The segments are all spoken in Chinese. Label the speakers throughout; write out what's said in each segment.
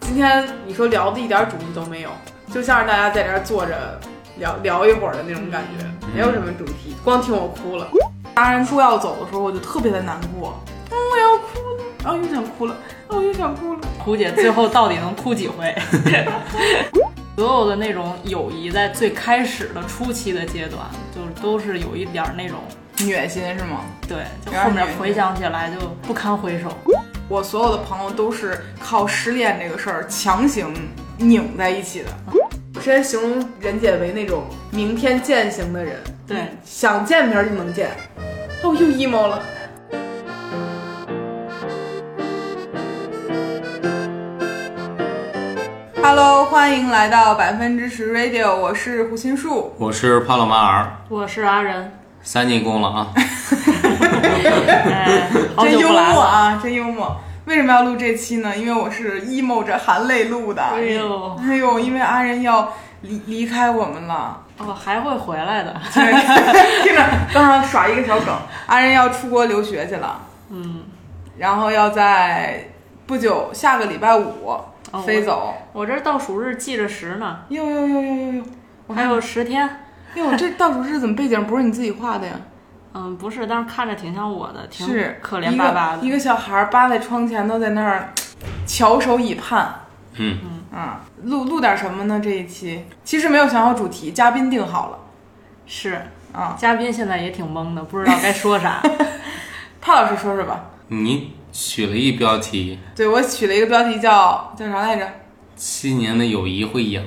Speaker 1: 今天你说聊的一点主题都没有，就像是大家在这儿坐着聊聊一会儿的那种感觉，没有什么主题，光听我哭了。
Speaker 2: 家人说要走的时候，我就特别的难过，嗯，我要哭了，然后又想哭了，哦，又想哭了。
Speaker 3: 胡姐最后到底能哭几回？所有的那种友谊，在最开始的初期的阶段，就都是有一点儿那种，
Speaker 2: 虐心是吗？
Speaker 3: 对，就后面回想起来就不堪回首。
Speaker 2: 我所有的朋友都是靠失恋这个事儿强行拧在一起的。
Speaker 1: 我之前形容任姐为那种明天见型的人，
Speaker 3: 对，
Speaker 1: 想见明儿就能见。哦，又 emo 了。
Speaker 2: Hello，欢迎来到百分之十 Radio，我是胡心树。
Speaker 4: 我是帕洛马尔，
Speaker 3: 我是阿仁，
Speaker 4: 三进宫了啊！
Speaker 3: 哎， 好
Speaker 2: 真
Speaker 3: 久
Speaker 2: 幽
Speaker 3: 不
Speaker 2: 默
Speaker 3: 来了。
Speaker 2: 啊，真幽默。为什么要录这期呢？因为我是 emo 着含泪录的。
Speaker 3: 哎呦，
Speaker 2: 哎呦，因为阿仁要离离开我们了，
Speaker 3: 我哦还会回来的。
Speaker 2: 听着，刚刚耍一个小梗，阿仁要出国留学去了，
Speaker 3: 嗯，
Speaker 2: 然后要在不久下个礼拜五
Speaker 3: 我
Speaker 2: 飞走。
Speaker 3: 我这倒数日记着时呢，
Speaker 2: 哟哟哟哟哟哟！
Speaker 3: 还有十天。
Speaker 2: 哟，这倒数日怎么背景不是你自己画的呀？
Speaker 3: 嗯，不是，但是看着挺像我的，挺
Speaker 2: 是
Speaker 3: 可怜巴巴
Speaker 2: 一
Speaker 3: 的。
Speaker 2: 个一个小孩儿扒在窗前，都在那儿翘首以盼。
Speaker 4: 嗯
Speaker 2: 嗯，录录点什么呢？这一期其实没有想好主题，嘉宾定好了。
Speaker 3: 是
Speaker 2: 啊
Speaker 3: 嘉宾现在也挺懵的，不知道该说 啥。
Speaker 2: 潘老师说说吧。
Speaker 4: 你取了一标题
Speaker 2: 对我取了一个标题叫叫啥来着？
Speaker 4: “七年的友谊会痒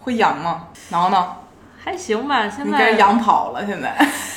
Speaker 2: 会痒吗？挠挠，
Speaker 3: 还行吧，现
Speaker 2: 你
Speaker 3: 在
Speaker 2: 该痒跑了。现在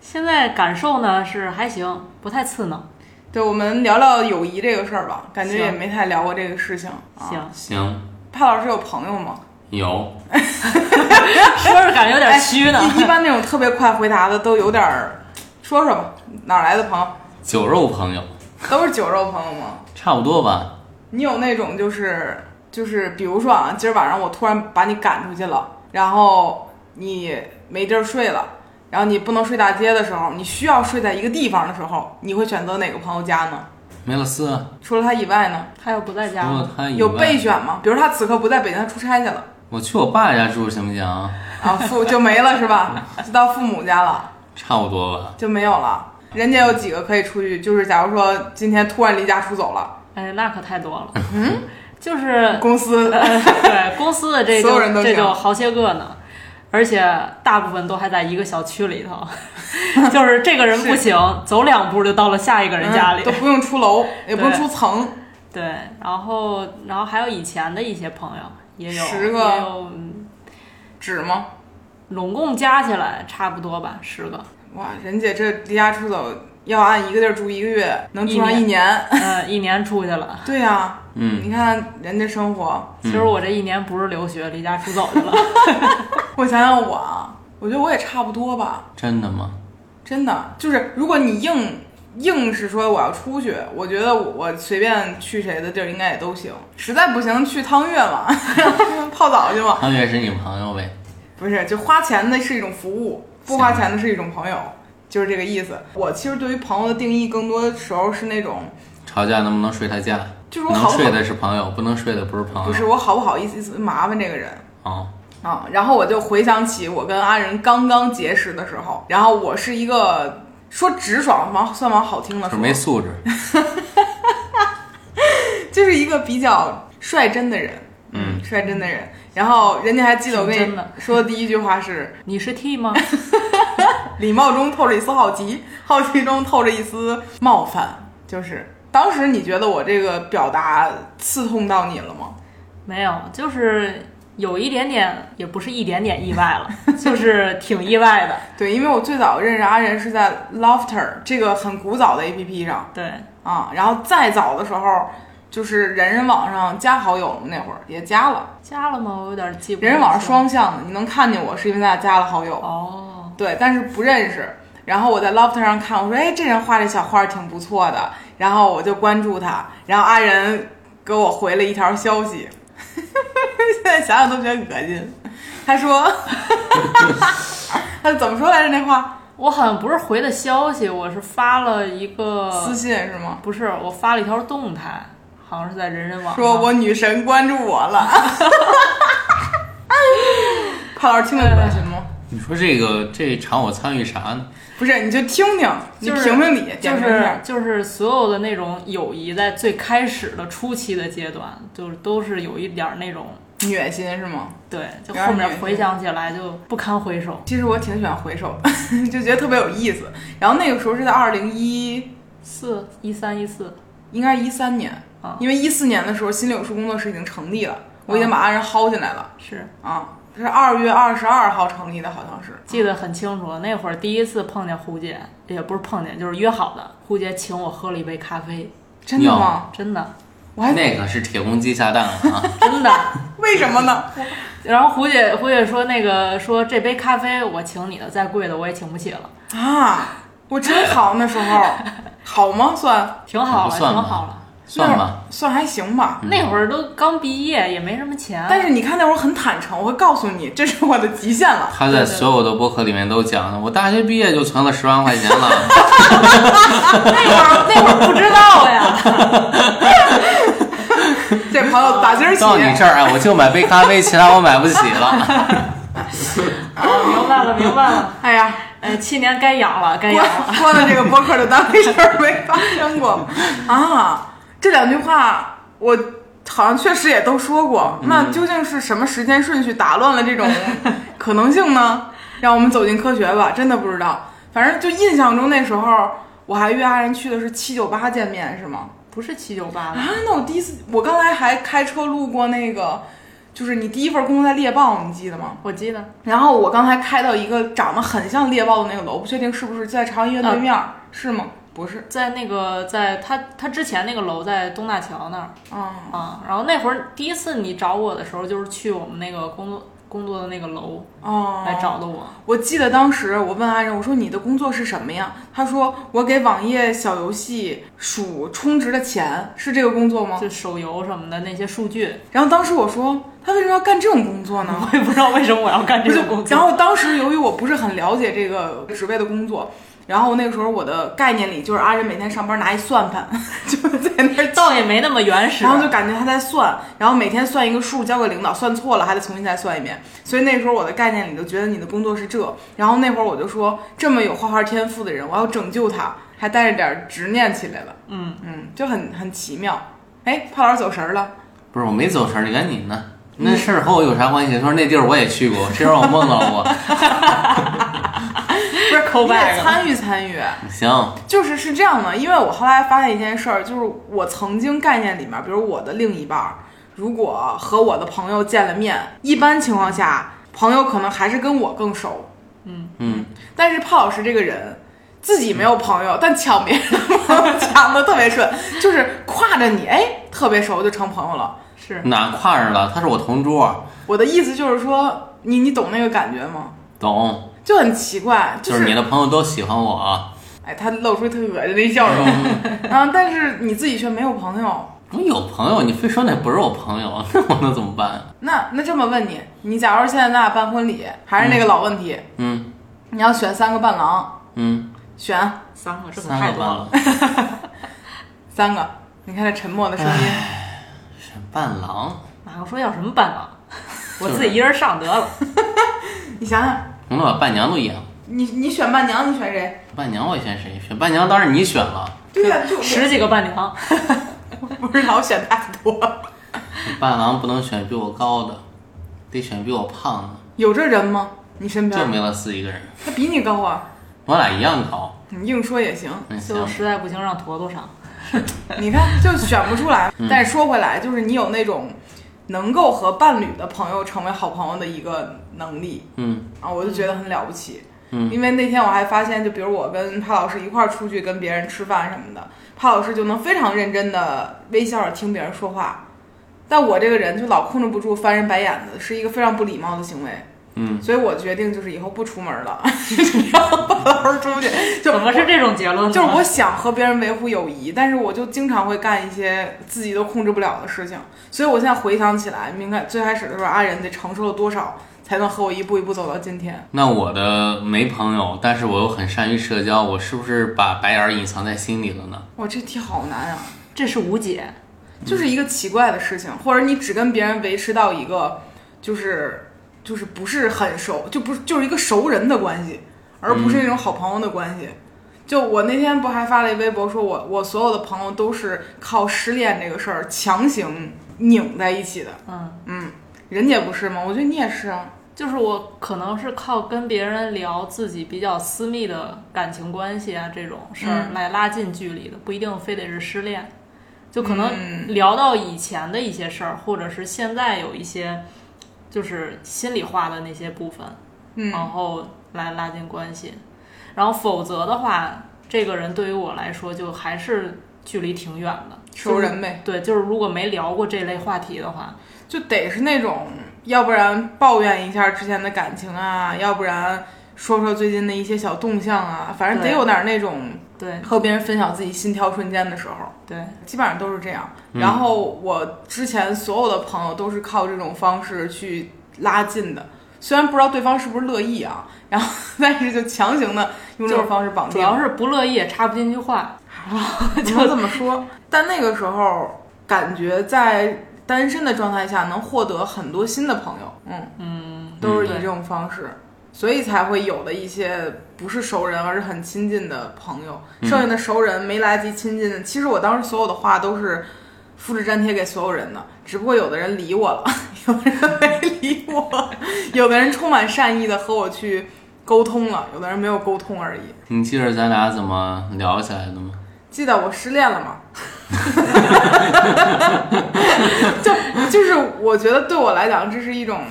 Speaker 3: 现在感受呢是还行，不太刺挠。
Speaker 2: 对我们聊聊友谊这个事儿吧，感觉
Speaker 3: 行
Speaker 2: 也没太聊过这个事情。啊、
Speaker 3: 行”。，
Speaker 4: 行，
Speaker 2: 潘老师有朋友吗？
Speaker 4: 有
Speaker 3: 说着感觉有点虚 呢。
Speaker 2: 一一般那种特别快回答的都有点儿，说说吧，哪儿来的朋友？
Speaker 4: 酒肉朋友，
Speaker 2: 都是酒肉朋友吗？
Speaker 4: 差不多吧？
Speaker 2: 你有那种就是就是，比如说啊，今儿晚上我突然把你赶出去了，然后你没地儿睡了，然后你不能睡大街的时候，你需要睡在一个地方的时候，你会选择哪个朋友家呢？
Speaker 4: 梅勒斯啊，
Speaker 2: 除了他以外呢，
Speaker 3: 他又不在家
Speaker 4: 除
Speaker 3: 了
Speaker 4: 了，他以外
Speaker 2: 啊有备选吗？比如他此刻不在北京，他出差去了，
Speaker 4: 我去我爸家住行不行啊？
Speaker 2: 啊，父就没了是吧？就到父母家了，
Speaker 4: 差不多吧。
Speaker 2: 就没有了。人家有几个可以出去，就是假如说今天突然离家出走了，
Speaker 3: 哎，那可太多了。嗯， 就是
Speaker 2: 公司
Speaker 3: 对公司的这
Speaker 2: 所有
Speaker 3: 就
Speaker 2: 人都这
Speaker 3: 这
Speaker 2: 样
Speaker 3: 就好些个呢，而且大部分都还在一个小区里头， 就是这个 人不行，走两步就到了下一个人家里。
Speaker 2: 嗯都不用出楼，也不用出层，
Speaker 3: 对，然后然后还有以前的一些朋友也有
Speaker 2: 十个
Speaker 3: 也有嗯
Speaker 2: 纸吗？
Speaker 3: 拢共加起来差不多吧，十个，
Speaker 2: 哇，任姐这离家出走要按一个地儿住一个月，能住上一
Speaker 3: 一
Speaker 2: 年。
Speaker 3: 呃，一年出去了。
Speaker 2: 对呀、
Speaker 4: 嗯，
Speaker 2: 你看人家生活，
Speaker 3: 其实我这一年不是留学，离家出走去了。
Speaker 2: 嗯我想想我啊，我觉得我也差不多吧，
Speaker 4: 真的吗？
Speaker 2: 真的就是如果你硬硬是说我要出去，我觉得我我随便去谁的地儿应该也都行，实在不行去汤月嘛， 泡澡去嘛，
Speaker 4: 他也是你朋友呗？
Speaker 2: 不是就花钱的是一种服务，不花钱的是一种朋友。就是这个意思。我其实对于朋友的定义，更多时候是那种，
Speaker 4: 吵架能不能睡他家？
Speaker 2: 就是我
Speaker 4: 能
Speaker 2: 好不
Speaker 4: 睡
Speaker 2: 好，
Speaker 4: 的是朋友，不能睡的不是朋友。
Speaker 2: 不是我好不好意思麻烦这个人。
Speaker 4: 啊，
Speaker 2: 啊，然后我就回想起我跟阿仁刚刚结识的时候，然后我是一个说直爽往算往好听了
Speaker 4: 就是
Speaker 2: 说，
Speaker 4: 没素质。
Speaker 2: 就是一个比较率真的人，
Speaker 4: 嗯，
Speaker 2: 率真的人。然后人家还记得我跟
Speaker 3: 挺
Speaker 2: 你
Speaker 3: 真的
Speaker 2: 说的第一句话是
Speaker 3: 你是 T 吗？
Speaker 2: “礼貌中透着一丝好奇， 好奇中透着一丝冒犯”，就是当时你觉得我这个表达刺痛到你了吗？
Speaker 3: 没有，就是有一点点，也不是一点点意外了，就是挺意 外的。
Speaker 2: 对，因为我最早认识阿仁是在 Lofter 这个很古早的 APP 上，
Speaker 3: 对，
Speaker 2: 啊，然后再早的时候，就是人人网上加好友那会儿也加了，
Speaker 3: 加了吗？我有点记不。
Speaker 2: 人人网上。双向的，你能看见我是因为咱俩加了好友，
Speaker 3: 哦，
Speaker 2: 对，但是不认识。然后我在 Lofter 上看，我说，哎，这人画这小画儿挺不错的，然后我就关注他，然后阿仁给我回了一条消息， 现在想想都觉得恶心。他说， 他怎么说来着那话？
Speaker 3: 我好像不是回的消息，我是发了一个，
Speaker 2: 私信是吗？
Speaker 3: 不是，我发了一条动态，好像是在人人网上
Speaker 2: 说我女神关注我了。 潘老师听听本节目，
Speaker 3: 哎
Speaker 4: 你说这个这场我参与啥呢？
Speaker 2: 不是你就听听，你
Speaker 3: 就是
Speaker 2: 评评理，
Speaker 3: 就
Speaker 2: 点评一
Speaker 3: 是
Speaker 2: 下。
Speaker 3: 就是所有的那种友谊，在最开始的初期的阶段，就是都是有一点儿那种，
Speaker 2: 虐心是吗？
Speaker 3: 对，就
Speaker 2: 有点
Speaker 3: 后
Speaker 2: 女
Speaker 3: 面
Speaker 2: 性
Speaker 3: 回想起来就不堪回首。
Speaker 2: 其实我挺喜欢回首的， 就觉得特别有意思。然后那个时候是在二零一，
Speaker 3: 四一三一四，
Speaker 2: 应该是一三年
Speaker 3: 啊，
Speaker 2: 因为一四年的时候心理有数工作室已经成立了，我已经把阿人薅进来了
Speaker 3: 是
Speaker 2: 啊。它是二月二十二号成立的，好像是。
Speaker 3: 记得很清楚，那会儿第一次碰见胡姐，也不是碰见，就是约好的。胡姐请我喝了一杯咖啡，
Speaker 2: 真的吗？
Speaker 3: 真的，
Speaker 2: 我还
Speaker 4: 那个是铁公鸡下蛋 了啊！
Speaker 3: 真的。
Speaker 2: 为什么呢？
Speaker 3: 然后胡姐胡姐说那个说这杯咖啡我请你的，再贵的我也请不起了，
Speaker 2: 啊，我真好那时 候，好吗？算
Speaker 3: 挺好了，
Speaker 4: 不
Speaker 3: 挺
Speaker 4: 算吧
Speaker 3: 好了。
Speaker 4: 算嗯
Speaker 2: 那会
Speaker 4: 吧，
Speaker 2: 儿算还行吧。
Speaker 3: 那会儿都刚毕业，也没什么钱，
Speaker 2: 但 是你看那会儿很坦诚，我会告诉你这是我的极限了。
Speaker 4: 他在所有的播客里面都讲了，我大学毕业就存了十万块钱了。
Speaker 3: 那会儿那会儿不知道 呀。
Speaker 2: 这朋友打今儿起，
Speaker 4: 到你这儿啊，我就买杯咖啡，其他我买不起 了。
Speaker 3: 哦明白了，明白了。
Speaker 2: 哎呀，
Speaker 3: 哎，去年该养了，
Speaker 4: 哎
Speaker 3: 该养
Speaker 2: 郭郭
Speaker 3: 了。
Speaker 2: 的这个播客就当回事儿没发生过 啊。这两句话我好像确实也都说过，
Speaker 4: 嗯
Speaker 2: 那究竟是什么时间顺序打乱了这种 可能性呢？让我们走进科学吧，真的不知道。反正就印象中那时候，我还约爱人去的是七九八见面，是吗？
Speaker 3: 不是七九八
Speaker 2: 啊
Speaker 3: 了，，
Speaker 2: 那我第一次，我刚才还开车路过那个，就是你第一份工作在猎豹，你记得吗？
Speaker 3: 我记得
Speaker 2: 然后我刚才开到一个长得很像猎豹的那个楼，不确定是不是在长安医院对面，是吗？不是，
Speaker 3: 在那个在他他之前那个楼在东大桥那儿
Speaker 2: 啊、
Speaker 3: 啊。然后那会儿第一次你找我的时候，就是去我们那个工作工作的那个楼
Speaker 2: 哦，
Speaker 3: 来找的我。
Speaker 2: 我记得当时我问安仁，我说你的工作是什么呀？他说我给网页小游戏数充值的钱，是这个工作吗？
Speaker 3: 就手游什么的那些数据，
Speaker 2: 然后当时我说他为什么要干这种工作呢？
Speaker 3: 我也不知道为什么我要干
Speaker 2: 不
Speaker 3: 这
Speaker 2: 是
Speaker 3: 种工，
Speaker 2: 然
Speaker 3: 作。
Speaker 2: 后当时由于我不是很了解这个职位的工作，然后那个时候我的概念里就是阿仁每天上班拿一算盘，就在那 儿
Speaker 3: 倒也没那么原始
Speaker 2: 然，后就感觉他在算，然后每天算一个数交给领导，算错了还得重新再算一遍。所以那时候我的概念里就觉得你的工作是这，然后那会儿我就说，这么有画画天赋的人，我要拯救他，还带着点执念起来了。
Speaker 3: 嗯
Speaker 2: 嗯，就很很奇妙。哎，胖老师走神儿了，
Speaker 4: 不是，我没走神儿，你赶紧呢。
Speaker 3: 嗯
Speaker 4: 那事儿和我有啥关系？他说那地儿我也去 过，这让我梦到过。
Speaker 2: 不是
Speaker 3: Call
Speaker 2: 你
Speaker 3: back
Speaker 2: 也
Speaker 3: 了
Speaker 2: 参与参与。
Speaker 4: 行，
Speaker 2: 就是是这样的，因为我后来发现一件事儿，就是我曾经概念里面，比如我的另一半儿，如果和我的朋友见了面，一般情况下，朋友可能还是跟我更熟。
Speaker 3: 嗯
Speaker 4: 嗯，
Speaker 2: 但是胖老师这个人。自己没有朋友，但抢别人的朋友 抢的特别顺，就是挎着你，哎，特别熟就成朋友了。
Speaker 3: 是
Speaker 4: 哪跨着了？他是我同桌，
Speaker 2: 我的意思就是说，你你懂那个感觉吗？
Speaker 4: 懂？
Speaker 2: 就很奇怪，、
Speaker 4: 就是是你的朋友都喜欢我啊。
Speaker 2: 哎，他露出特恶心的一笑容， 嗯，但是你自己却没有朋友，
Speaker 4: 我有朋友，你非说那不是我朋友， 那我能怎么办？
Speaker 2: 那那这么问你，你假如现在咱俩办婚礼，还是那个老问题，
Speaker 4: 嗯
Speaker 2: 你要选三个伴郎，
Speaker 4: 嗯，
Speaker 2: 选
Speaker 3: 三个，这可
Speaker 4: 三
Speaker 3: 太
Speaker 4: 个
Speaker 3: 多了
Speaker 4: 办了。，
Speaker 2: 三个。你看这沉默的声音，
Speaker 4: 选伴郎。
Speaker 3: 马哥哎说要什么伴 郎，我自己一人上得了。
Speaker 2: 你想想，
Speaker 4: 我能把伴娘都演了，
Speaker 2: 你你选伴娘，你选谁？
Speaker 4: 伴娘我选谁？选伴娘当然你选了，
Speaker 2: 对呀、就
Speaker 3: 十几个伴娘，
Speaker 2: 不是老选太多。
Speaker 4: 伴郎不能选比我高的，得选比我胖的，
Speaker 2: 有这人吗？你身
Speaker 4: 就
Speaker 2: 边
Speaker 4: 没了四一个人。
Speaker 2: 他比你高啊，
Speaker 4: 我俩一样高，
Speaker 2: 你硬说也行。
Speaker 4: 嗯，
Speaker 3: 最后
Speaker 4: 行，
Speaker 3: 实在不行让坨坨上。
Speaker 2: 你看就选不出来。
Speaker 4: 嗯
Speaker 2: 但是说回来，就是你有那种能够和伴侣的朋友成为好朋友的一个能力。
Speaker 4: 嗯，
Speaker 2: 啊，我就觉得很了不起。
Speaker 4: 嗯
Speaker 2: 因为那天我还发现，就比如我跟帕老师一块儿出去跟别人吃饭什么的，帕老师就能非常认真的微笑着听别人说话，但我这个人就老控制不住翻人白眼子，是一个非常不礼貌的行为。
Speaker 4: 嗯，
Speaker 2: 所以我决定就是以后不出门了， 让帕老师出去。就
Speaker 3: 怎么是这种结论呢？
Speaker 2: 就是我想和别人维护友谊，但是我就经常会干一些自己都控制不了的事情，所以我现在回想起来，明白最开始的时候，阿仁得承受了多少，才能和我一步一步走到今天。
Speaker 4: 那我的没朋友，但是我又很善于社交，我是不是把白眼儿隐藏在心里了呢？
Speaker 2: 哇，这题好难啊！
Speaker 3: 这是无解，
Speaker 2: 就是一个奇怪的事情，或者你只跟别人维持到一个就是就是不是很熟，就不是就是一个熟人的关系，而不是那种好朋友的关系。就我那天不还发了一微博，说我我所有的朋友都是靠失恋这个事儿强行拧在一起的。
Speaker 3: 嗯，
Speaker 2: 嗯，人姐不是吗？我觉得你也是啊。
Speaker 3: 就是我可能是靠跟别人聊自己比较私密的感情关系啊这种事儿
Speaker 2: 嗯
Speaker 3: 来拉近距离的，不一定非得是失恋，就可
Speaker 2: 嗯
Speaker 3: 能聊到以前的一些事儿，或者是现在有一些就是心里话的那些部分，
Speaker 2: 嗯
Speaker 3: 然后来拉近关系。然后否则的话，这个人对于我来说就还是距离挺远的，
Speaker 2: 熟人呗，
Speaker 3: 对，就是如果没聊过这类话题的话，
Speaker 2: 就得是那种，要不然抱怨一下之前的感情啊，要不然说说最近的一些小动向啊，反正得
Speaker 3: 对
Speaker 2: 有点儿那种
Speaker 3: 对
Speaker 2: 和别人分享自己心跳瞬间的时候，
Speaker 3: 对，
Speaker 2: 基本上都是这样。然后
Speaker 3: 嗯
Speaker 2: 我之前所有的朋友都是靠这种方式去拉近的。虽然不知道对方是不是乐意啊，然后 但是就强行的用这种方式绑定，
Speaker 3: 主要是不乐意也插不进去话，
Speaker 2: 就这么说。但那个时候感觉在单身的状态下能获得很多新的朋友，嗯嗯，都是以
Speaker 3: 对
Speaker 2: 这种方式，所以才会有的一些不是熟人，而是很亲近的朋友。剩下的熟人没来及亲近，其实我当时所有的话都是。复制粘贴给所有人的，只不过有的人理我了， 有的人没理我，有的人充满善意的和我去沟通了，有的人没有沟通而已。
Speaker 4: 你记得咱俩怎么聊起来的吗？
Speaker 2: 记得我失恋了吗？ 就就是我觉得对我来讲，这是一种，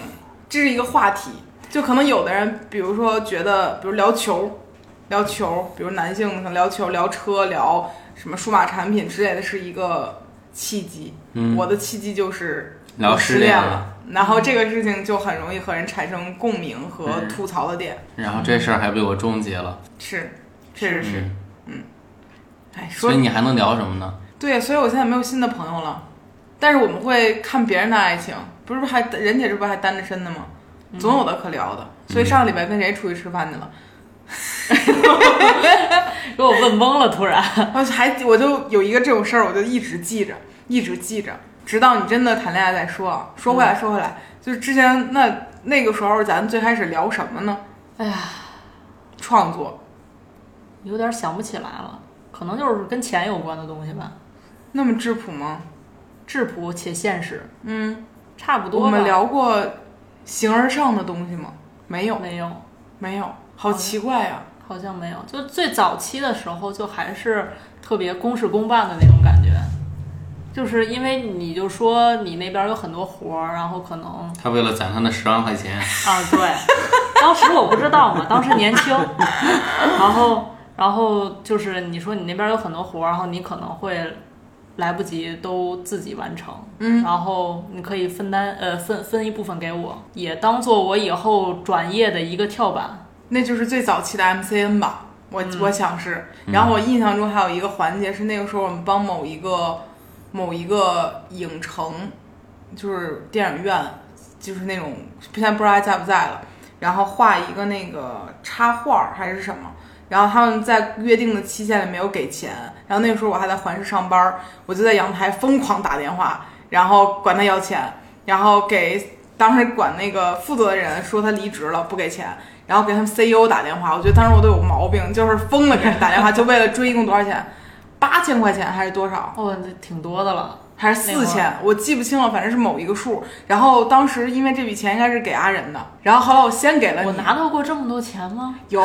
Speaker 2: 这是一个话题。就可能有的人，比如说觉得，比如聊球，聊球，比如男性可能聊球、聊车、聊什么数码产品之类的，是一个契机。
Speaker 4: 嗯
Speaker 2: 我的契机就是
Speaker 4: 聊
Speaker 2: 我
Speaker 4: 失
Speaker 2: 失恋
Speaker 4: 恋
Speaker 2: 了，然后这个事情就很容易和人产生共鸣和
Speaker 4: 嗯
Speaker 2: 吐槽的点。
Speaker 4: 然后这事儿还被我终结了。
Speaker 2: 是，确实是。
Speaker 4: 嗯，
Speaker 2: 哎，说
Speaker 4: 所以你还能聊什么呢？
Speaker 2: 对，所以我现在没有新的朋友了，但是我们会看别人的爱情，不是还人姐这不还单着身呢吗？
Speaker 3: 嗯
Speaker 2: 总有的可聊的。所以上个礼拜跟谁出去吃饭去 了？
Speaker 3: 给我问懵了，突然。
Speaker 2: 我还我就有一个这种事儿，我就一直记着，一直记着，直到你真的谈恋爱再说啊。说回来，
Speaker 3: 嗯
Speaker 2: 说回来，就是之前那那个时候，咱最开始聊什么呢？
Speaker 3: 哎呀，
Speaker 2: 创作。
Speaker 3: 有点想不起来了，可能就是跟钱有关的东西吧，
Speaker 2: 那么质朴吗？
Speaker 3: 质朴且现实，
Speaker 2: 嗯，
Speaker 3: 差不多吧。
Speaker 2: 我们聊过形而上的东西吗？没有，
Speaker 3: 没有？
Speaker 2: 没有，好奇怪啊呀、
Speaker 3: 好像没有。就最早期的时候，就还是特别公事公办的那种感觉，就是因为你就说你那边有很多活儿，然后可能
Speaker 4: 他为了攒他那十万块钱，
Speaker 3: 啊，对，当时我不知道嘛，当时年轻，然后然后就是你说你那边有很多活儿，然后你可能会来不及都自己完成，
Speaker 2: 嗯
Speaker 3: 然后你可以分担呃分分一部分给我，也当做我以后转业的一个跳板。
Speaker 2: 那就是最早期的 MCN 吧，我、我想是。然后我印象中还有一个环节是那个时候我们帮某一个某一个影城，就是电影院，就是那种现在不知道还在不在了，然后画一个那个插画儿还是什么。然后他们在约定的期限里没有给钱，然后那个时候我还在呃环市上班儿，我就在阳台疯狂打电话，然后管他要钱，然后给当时管那个负责的人说他离职了不给钱，然后给他们 CEO 打电话，我觉得当时我都有毛病，就是疯了给人打电话，就为了追一共多少钱，八千块钱还是多少？
Speaker 3: 哦，挺多的了，
Speaker 2: 还是四千，我记不清了，反正是某一个数。然后当时因为这笔钱应该是给阿仁的，然后后来我先给了哎你，
Speaker 3: 我拿到过这么多钱吗？
Speaker 2: 有，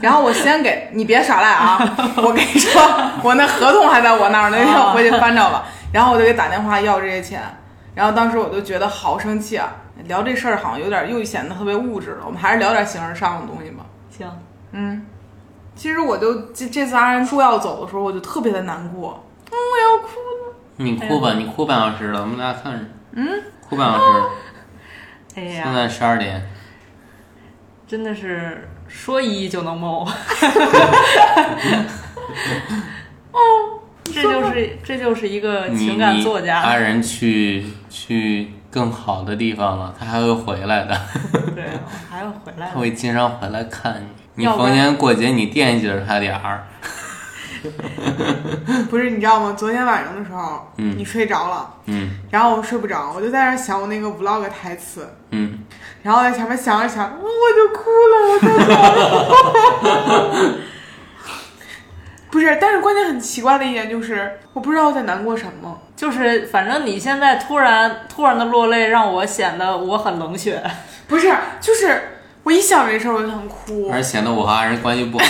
Speaker 2: 然后我先给你别耍赖 啊！我跟你说，我那合同还在我那
Speaker 3: 啊
Speaker 2: 儿呢，那天我回去翻着了。然后我就给打电话要这些钱，然后当时我就觉得好生气啊！聊这事儿好像有点又显得特别物质了，我们还是聊点形而上的东西吧。
Speaker 3: 行，
Speaker 2: 嗯，其实我就这这次阿仁说要走的时候，我就特别的难过，嗯，我要哭了。
Speaker 4: 你哭
Speaker 2: 哎
Speaker 4: 吧，你哭半小时了，我们俩看着。嗯，哭半小时了，
Speaker 3: 哎
Speaker 4: 现
Speaker 3: 呀，
Speaker 4: 在十二点。
Speaker 3: 真的是说一就能 蒙。哦这就是这就是一个
Speaker 4: 你
Speaker 3: 情感作
Speaker 4: 你
Speaker 3: 家
Speaker 4: 阿，仁去去更好的地方了，他还会回来 的，
Speaker 3: 对，我还要回来
Speaker 4: 他
Speaker 3: 了。
Speaker 4: 会经常回来看你。你
Speaker 3: 要不然
Speaker 4: 逢年过节你惦记着他点儿，
Speaker 2: 不是，你知道吗？昨天晚上的时候，
Speaker 4: 嗯
Speaker 2: 你睡着了，
Speaker 4: 嗯
Speaker 2: 然后我睡不着，我就在那儿想我那个 vlog 台词，
Speaker 4: 嗯，
Speaker 2: 然后在前面想着想，我就哭了，我太惨了。不是，但是关键很奇怪的一点就是，我不知道我在难过什么。
Speaker 3: 就是反正你现在突然突然的落泪，让我显得我很冷血。
Speaker 2: 不是，就是我一想这事儿我就想哭，
Speaker 4: 而显得我和阿仁关系 不好。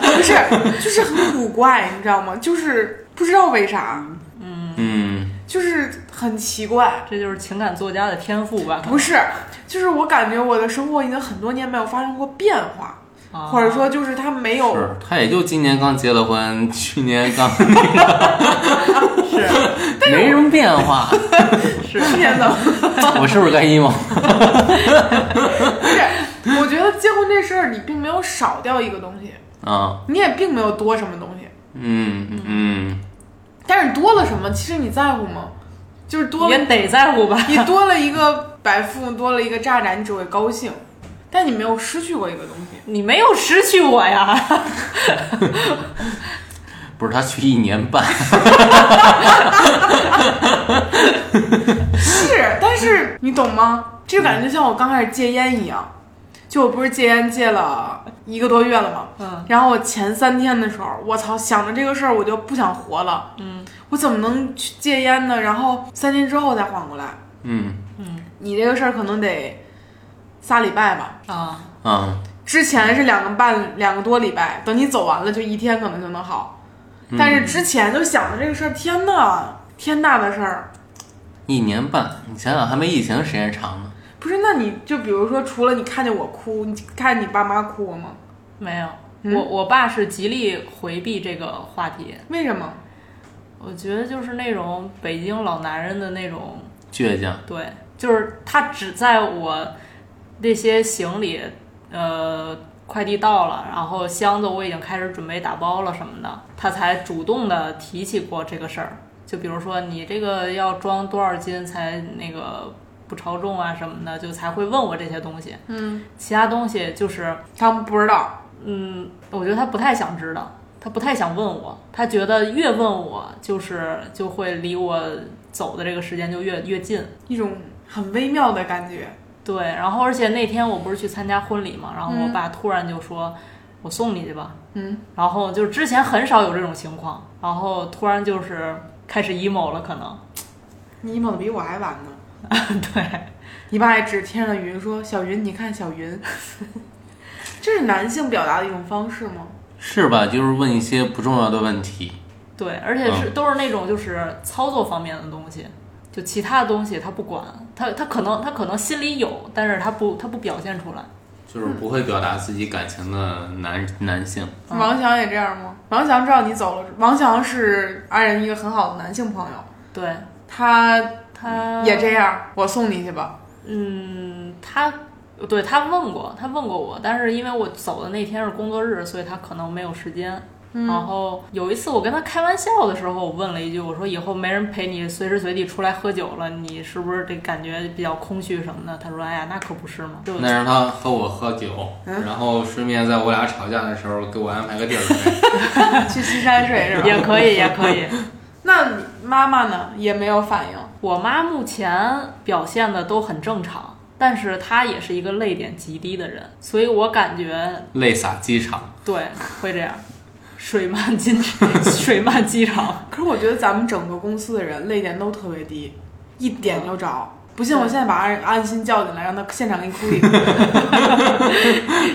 Speaker 2: 不是，就是很古怪，你知道吗？就是不知道为啥，
Speaker 4: 嗯
Speaker 2: 就是很奇怪。
Speaker 3: 这就是情感作家的天赋吧？
Speaker 2: 不是，就是我感觉我的生活已经很多年没有发生过变化，
Speaker 3: 啊
Speaker 2: 或者说就是它没
Speaker 3: 哦
Speaker 2: 有，
Speaker 4: 是他也就今年刚结了婚， 去年刚 没什么 变化，
Speaker 3: 是
Speaker 2: 天呐，
Speaker 4: 我是不是该 emo？
Speaker 2: 不是，我觉得结婚这事儿你并没有少掉一个东西，
Speaker 4: 啊，
Speaker 2: 你也并没有多什么东西，
Speaker 4: 嗯嗯
Speaker 2: 但是多了什么，其实你在乎吗？就是多了
Speaker 3: 也得在乎吧？
Speaker 2: 你多了一个百富，多了一个渣渣，你只会高兴，但你没有失去过一个东 西。
Speaker 3: 你没有失去我呀？
Speaker 4: 嗯，不是他去一年半，
Speaker 2: 是，但是你懂吗？这就感觉就像我刚开始戒烟一样，就我不是戒烟戒了一个多月了吗？
Speaker 3: 嗯，
Speaker 2: 然后我前三天的时候，我操，想着这个事儿我就不想活了。
Speaker 3: 嗯，
Speaker 2: 我怎么能去戒烟呢？然后三天之后再缓过来，
Speaker 4: 嗯
Speaker 2: 你这个事儿可能得仨礼拜吧。
Speaker 3: 啊，
Speaker 4: 啊，
Speaker 2: 之前是两个半两个多礼拜，等你走完了就一天可能就能好，但是之前就想着这个事儿，天呐，天大的事儿，
Speaker 4: 一年半，你想想还没疫情时间长呢。
Speaker 2: 不是？那你就比如说，除了你看见我哭，你看见你爸妈哭吗？
Speaker 3: 没有。
Speaker 2: 嗯
Speaker 3: 我我爸是极力回避这个话题，
Speaker 2: 为什么？
Speaker 3: 我觉得就是那种北京老男人的那种
Speaker 4: 倔强，
Speaker 3: 对，就是他只在我那些行李，呃，快递到了，然后箱子我已经开始准备打包了什么的，他才主动的提起过这个事儿。就比如说你这个要装多少斤才那个不超重啊什么的，就才会问我这些东西。
Speaker 2: 嗯，
Speaker 3: 其他东西就是，
Speaker 2: 他们不知道，
Speaker 3: 嗯，我觉得他不太想知道，他不太想问我，他觉得越问我就是就会离我走的这个时间就越越近。
Speaker 2: 一种很微妙的感觉。
Speaker 3: 对，然后而且那天我不是去参加婚礼嘛，然后我爸突然就说：“我送你去吧。”
Speaker 2: 嗯，
Speaker 3: 然后就是之前很少有这种情况，然后突然就是开始 emo 了，可能
Speaker 2: 你 emo 的比我还晚呢。
Speaker 3: 对，
Speaker 2: 你爸还指天上的云说：“小云，你看小云。” 这是男性表达的一种方式吗？
Speaker 4: 是吧？就是问一些不重要的问题。
Speaker 3: 对，而且是、都是那种就是操作方面的东西，就其他的东西他不管，他他可能他可能心里有，但是他不他不表现出来。
Speaker 4: 就是不会表达自己感情的男男性，
Speaker 3: 嗯
Speaker 2: 王翔也这样吗？王翔知道你走了，王翔是安仁一个很好的男性朋友，
Speaker 3: 对
Speaker 2: 他
Speaker 3: 他
Speaker 2: 嗯也这样，我送你去吧。
Speaker 3: 嗯，他对他问过，他问过我，但是因为我走的那天是工作日，所以他可能没有时间。
Speaker 2: 哦
Speaker 3: 然后有一次我跟他开玩笑的时候，我问了一句，我说以后没人陪你随时随地出来喝酒了，你是不是这感觉比较空虚什么的？他说，哎呀，那可不是嘛，就
Speaker 4: 那让他和我喝酒，然后顺便在我俩吵架的时候给我安排个地儿 呗。
Speaker 2: 去西山水是
Speaker 3: 也
Speaker 2: 吧？
Speaker 3: 可以，也可以。
Speaker 2: 那你妈妈呢？也没有反应。
Speaker 3: 我妈目前表现的都很正常，但是她也是一个泪点极低的人，所以我感觉
Speaker 4: 泪洒机场，
Speaker 3: 对会这样，水漫金水漫机场。
Speaker 2: 可是我觉得咱们整个公司的人泪点都特别低，一点就着。不信，我现在把安安心叫进来，让他现场给你哭一哭。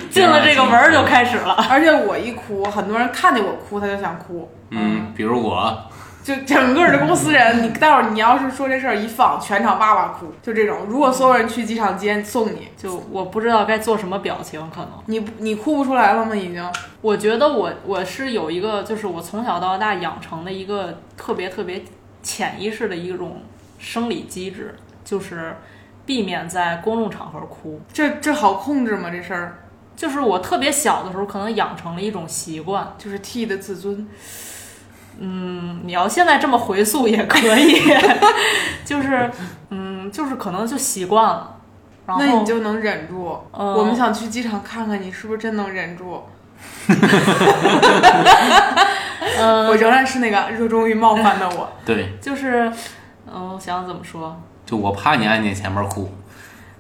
Speaker 3: 进了这个门儿就开始了。
Speaker 2: 而且我一哭，很多人看见我哭，他就想哭。
Speaker 4: 嗯，比如我，
Speaker 2: 就整个的公司人，你待会儿你要是说这事儿一放，全场哇哇哭，就这种。如果所有人去机场接送你，
Speaker 3: 就我不知道该做什么表情，可能
Speaker 2: 你你哭不出来了吗？已经
Speaker 3: 我觉得我我是有一个，就是我从小到大养成的一个特别特别潜意识的一种生理机制，就是避免在公众场合哭。
Speaker 2: 这这好控制吗？这事儿
Speaker 3: 就是我特别小的时候，可能养成了一种习惯。
Speaker 2: 就是 T 的自尊，
Speaker 3: 嗯，你要现在这么回溯也可以， 就是嗯，就是可能就习惯了。然后
Speaker 2: 那你就能忍住。
Speaker 3: 嗯
Speaker 2: 我们想去机场看看你是不是真能忍住。
Speaker 3: 嗯、
Speaker 2: 我仍然是那个热衷于冒犯的 我。
Speaker 4: 对，
Speaker 3: 呃就是，嗯，我想想怎么说，
Speaker 4: 就我怕你按键前面哭，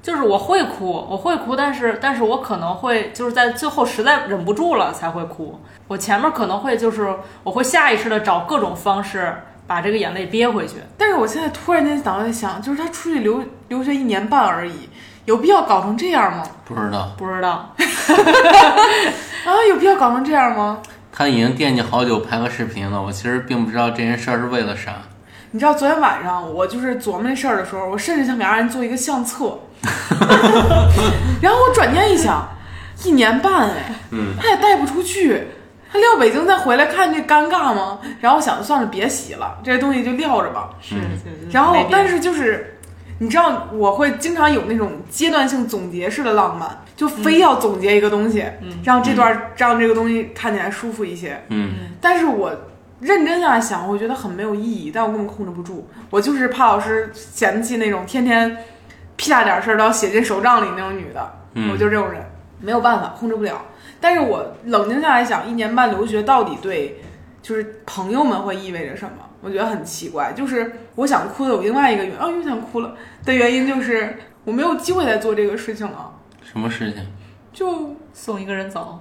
Speaker 3: 就是我会哭，我会哭，但是但是我可能会就是在最后实在忍不住了才会哭。我前面可能会就是我会下意识的找各种方式把这个眼泪憋回去。
Speaker 2: 但是我现在突然间脑袋想，就是他出去留留学一年半而已，有必要搞成这样吗？
Speaker 4: 不知道
Speaker 3: 不知道，
Speaker 2: 啊，有必要搞成这样吗？
Speaker 4: 他已经惦记好久拍个视频了。我其实并不知道这件事儿是为了啥，
Speaker 2: 你知道昨天晚上我就是琢磨这事儿的时候，我甚至想给阿仁做一个相 册，然后我转念一想，一年半哎，
Speaker 4: 嗯，
Speaker 2: 他也带不出去，他撂北京再回来看这尴尬吗？然后我想算了，别洗了，这些东西就撂着吧。
Speaker 3: 是
Speaker 4: 嗯
Speaker 3: 就是
Speaker 2: 然
Speaker 3: 没
Speaker 2: 后
Speaker 3: 别，
Speaker 2: 但是就是。你知道我会经常有那种阶段性总结式的浪漫，就非要总结一个东西，
Speaker 3: 嗯
Speaker 2: 让这段、让这个东西看起来舒服一些。
Speaker 4: 嗯，
Speaker 2: 但是我认真下来想，我觉得很没有意义，但我根本控制不住。我就是怕老师嫌弃那种天天屁大点事儿都要写进手账里那种女的，
Speaker 4: 嗯
Speaker 2: 我就这种人，没有办法控制不了。但是我冷静下来想，一年半留学到底对就是朋友们会意味着什么？我觉得很奇怪。就是我想哭的有另外一个原，啊，又想哭了的原因就是我没有机会再做这个事情了。
Speaker 4: 什么事情？
Speaker 2: 就
Speaker 3: 送一个人 走，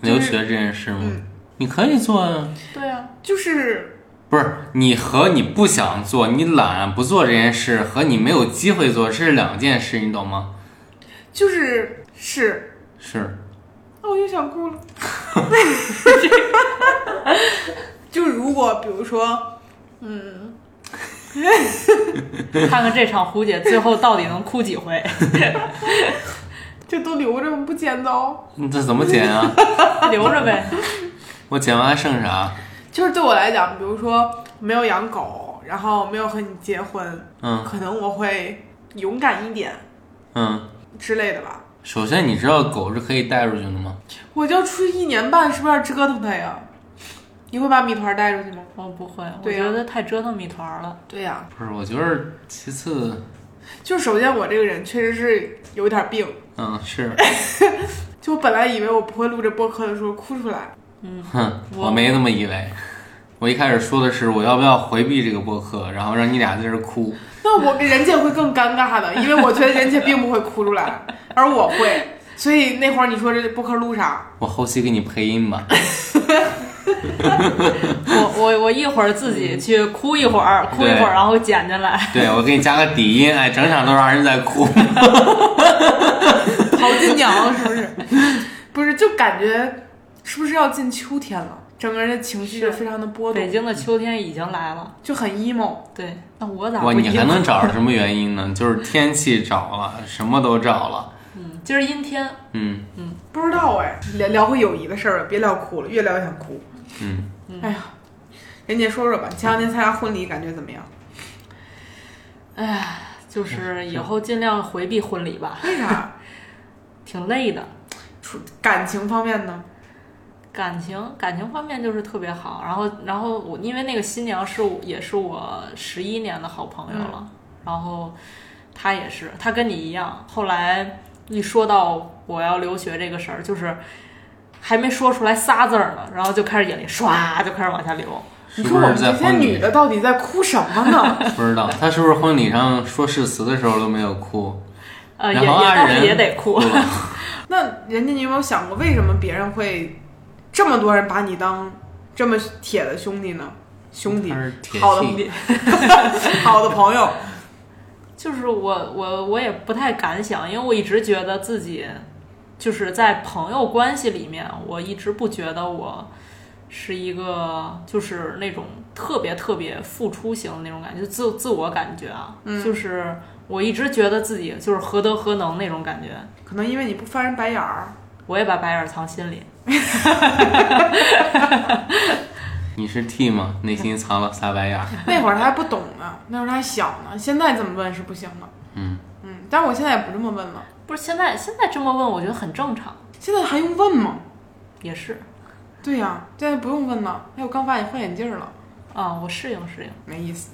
Speaker 4: 留学这件事吗？
Speaker 2: 嗯
Speaker 4: 你可以做啊，
Speaker 3: 对啊，
Speaker 2: 就是
Speaker 4: 不是你和你不想做、你懒不做这件事和你没有机会做是两件事，你懂吗？
Speaker 2: 就是是，
Speaker 4: 是，
Speaker 2: 啊，我又想哭了。 就是如果比如说，
Speaker 3: 看看这场胡姐最后到底能哭几 回。
Speaker 2: 这都留着不剪刀，
Speaker 4: 你这怎么剪啊？
Speaker 3: 留着呗。
Speaker 4: 我剪完还剩啥？
Speaker 2: 就是对我来讲，比如说没有养狗，然后没有和你结婚，
Speaker 4: 嗯
Speaker 2: 可能我会勇敢一点
Speaker 4: 嗯，
Speaker 2: 之类的吧。
Speaker 4: 首先你知道狗是可以带出去的吗？
Speaker 2: 我就出去一年半，是不是要折腾它呀？你会把米团带出去吗？
Speaker 3: 我不会，我
Speaker 2: 对
Speaker 3: 觉
Speaker 2: 呀
Speaker 3: 得太折腾米团 了。
Speaker 2: 对呀、
Speaker 4: 不是，我觉得其次，
Speaker 2: 就是首先我这个人确实是有一点病，
Speaker 4: 嗯是，
Speaker 2: 就我本来以为我不会录这播客的时候哭出来，
Speaker 4: 哼，
Speaker 3: 我
Speaker 4: 我没那么以为。我一开始说的是我要不要回避这个播客，然后让你俩在这儿哭。
Speaker 2: 那我跟人家会更尴尬的，因为我觉得人家并不会哭出来， 而我会。所以那会儿你说这播客录啥？
Speaker 4: 我后期给你配音吧。
Speaker 3: 我我我一会儿自己去哭一会儿，哭一会
Speaker 4: 对
Speaker 3: 儿，然后剪进 来。
Speaker 4: 对，我给你加个底音，哎，整场都让人在哭。
Speaker 2: 淘金娘是不是？不是，就感觉是不是要进秋天了？整个人的情绪就是非常的波
Speaker 3: 北
Speaker 2: 动，
Speaker 3: 京的秋天已经来了，
Speaker 2: 就很 emo。
Speaker 3: 对，那我咋
Speaker 4: 哇，
Speaker 3: 不
Speaker 4: 你还
Speaker 3: 阴？
Speaker 4: 能找着什么原因呢？就是天气找了，什么都找了。
Speaker 3: 嗯今儿阴天，
Speaker 4: 嗯，
Speaker 2: 不知道哎，聊聊回友谊的事儿吧，别聊哭了，越聊越想哭。
Speaker 4: 嗯，
Speaker 2: 哎呀，人家说说吧，前两天参加婚礼感觉怎么样？
Speaker 4: 嗯
Speaker 3: 就是以后尽量回避婚礼吧，
Speaker 2: 为啥？
Speaker 3: 挺累的。
Speaker 2: 处感情方面呢？
Speaker 3: 感情感情方面就是特别好，然后然后我因为那个新娘是我也是我十一年的好朋友
Speaker 4: 嗯
Speaker 3: 了，然后她也是，她跟你一样，后来一说到我要留学这个事儿，就是还没说出来仨字儿呢，然后就开始眼泪唰就开始往下流，
Speaker 4: 是
Speaker 2: 你说
Speaker 4: 不
Speaker 2: 我
Speaker 4: 是
Speaker 2: 们
Speaker 4: 在
Speaker 2: 这些
Speaker 4: 婚
Speaker 2: 女
Speaker 4: 礼？
Speaker 2: 的到底在哭什么呢？
Speaker 4: 不知道他是不是婚礼上说誓词的时候都没有哭？
Speaker 3: 呃，也
Speaker 4: 然
Speaker 3: 也
Speaker 4: 后二
Speaker 3: 倒是
Speaker 4: 人
Speaker 3: 也得哭
Speaker 4: 哭，了。
Speaker 2: 那人家你有没有想过，为什么别人会这么多人把你当这么铁的兄弟呢？兄弟
Speaker 4: 他是，嗯铁
Speaker 2: 好的
Speaker 4: 器
Speaker 2: 好的朋友，
Speaker 3: 就是我我我也不太敢想，因为我一直觉得自己就是在朋友关系里面，我一直不觉得我是一个就是那种特别特别付出型的那种感觉，就自自我感觉啊，就是我一直觉得自己就是何德何能那种感觉，
Speaker 2: 可能因为你不翻人白眼儿，
Speaker 3: 我也把白眼儿藏心里，
Speaker 4: 你是 T 吗？内心藏了仨白眼儿。
Speaker 2: 那会儿他还不懂呢，那会儿他还小呢，现在这么问是不行的。
Speaker 4: 嗯
Speaker 2: 嗯，但我现在也不这么问了，
Speaker 3: 不是现在现在这么问，我觉得很正常，
Speaker 2: 现在还用问吗？
Speaker 3: 也是
Speaker 2: 对呀、现在不用问了。哎，我刚发现换眼镜儿了，
Speaker 3: 啊，我适应适应，
Speaker 2: 没意思。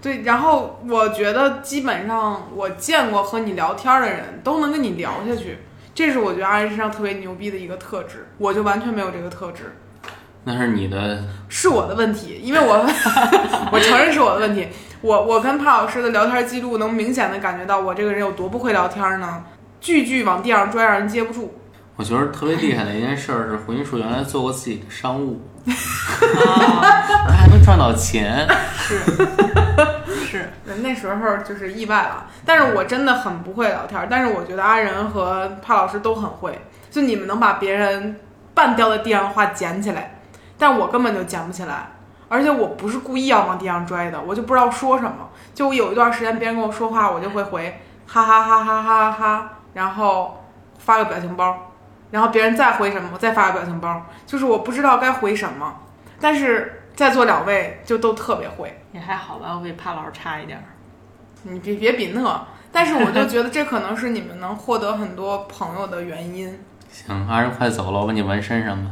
Speaker 2: 对，然后我觉得基本上我见过和你聊天儿的人都能跟你聊下去，这是我觉得阿人身上特别牛逼的一个特质，我就完全没有这个特质，
Speaker 4: 那是你的，
Speaker 2: 是我的问题，因为我我承认是我的问题。我我跟潘老师的聊天记录能明显的感觉到我这个人有多不会聊天呢，句句往地上拽，让人接不住。
Speaker 4: 我觉得特别厉害的一件事儿是胡云树原来做过自己的商务，
Speaker 3: 啊，
Speaker 4: 他还能赚到钱。
Speaker 3: 是
Speaker 2: 那时候就是意外了，但是我真的很不会聊天，但是我觉得阿仁和帕老师都很会，就你们能把别人半掉在地上的话捡起来，但我根本就捡不起来，而且我不是故意要往地上拽的，我就不知道说什么。就我有一段时间别人跟我说话，我就会回哈哈哈哈哈哈哈，然后发个表情包，然后别人再回什么，我再发个表情包，就是我不知道该回什么，但是在座两位就都特别会。
Speaker 3: 也还好吧，我比帕老师差一点儿。
Speaker 2: 你别别比那，但是我就觉得这可能是你们能获得很多朋友的原因。
Speaker 4: 行，阿仁快走了，我把你纹身上吧。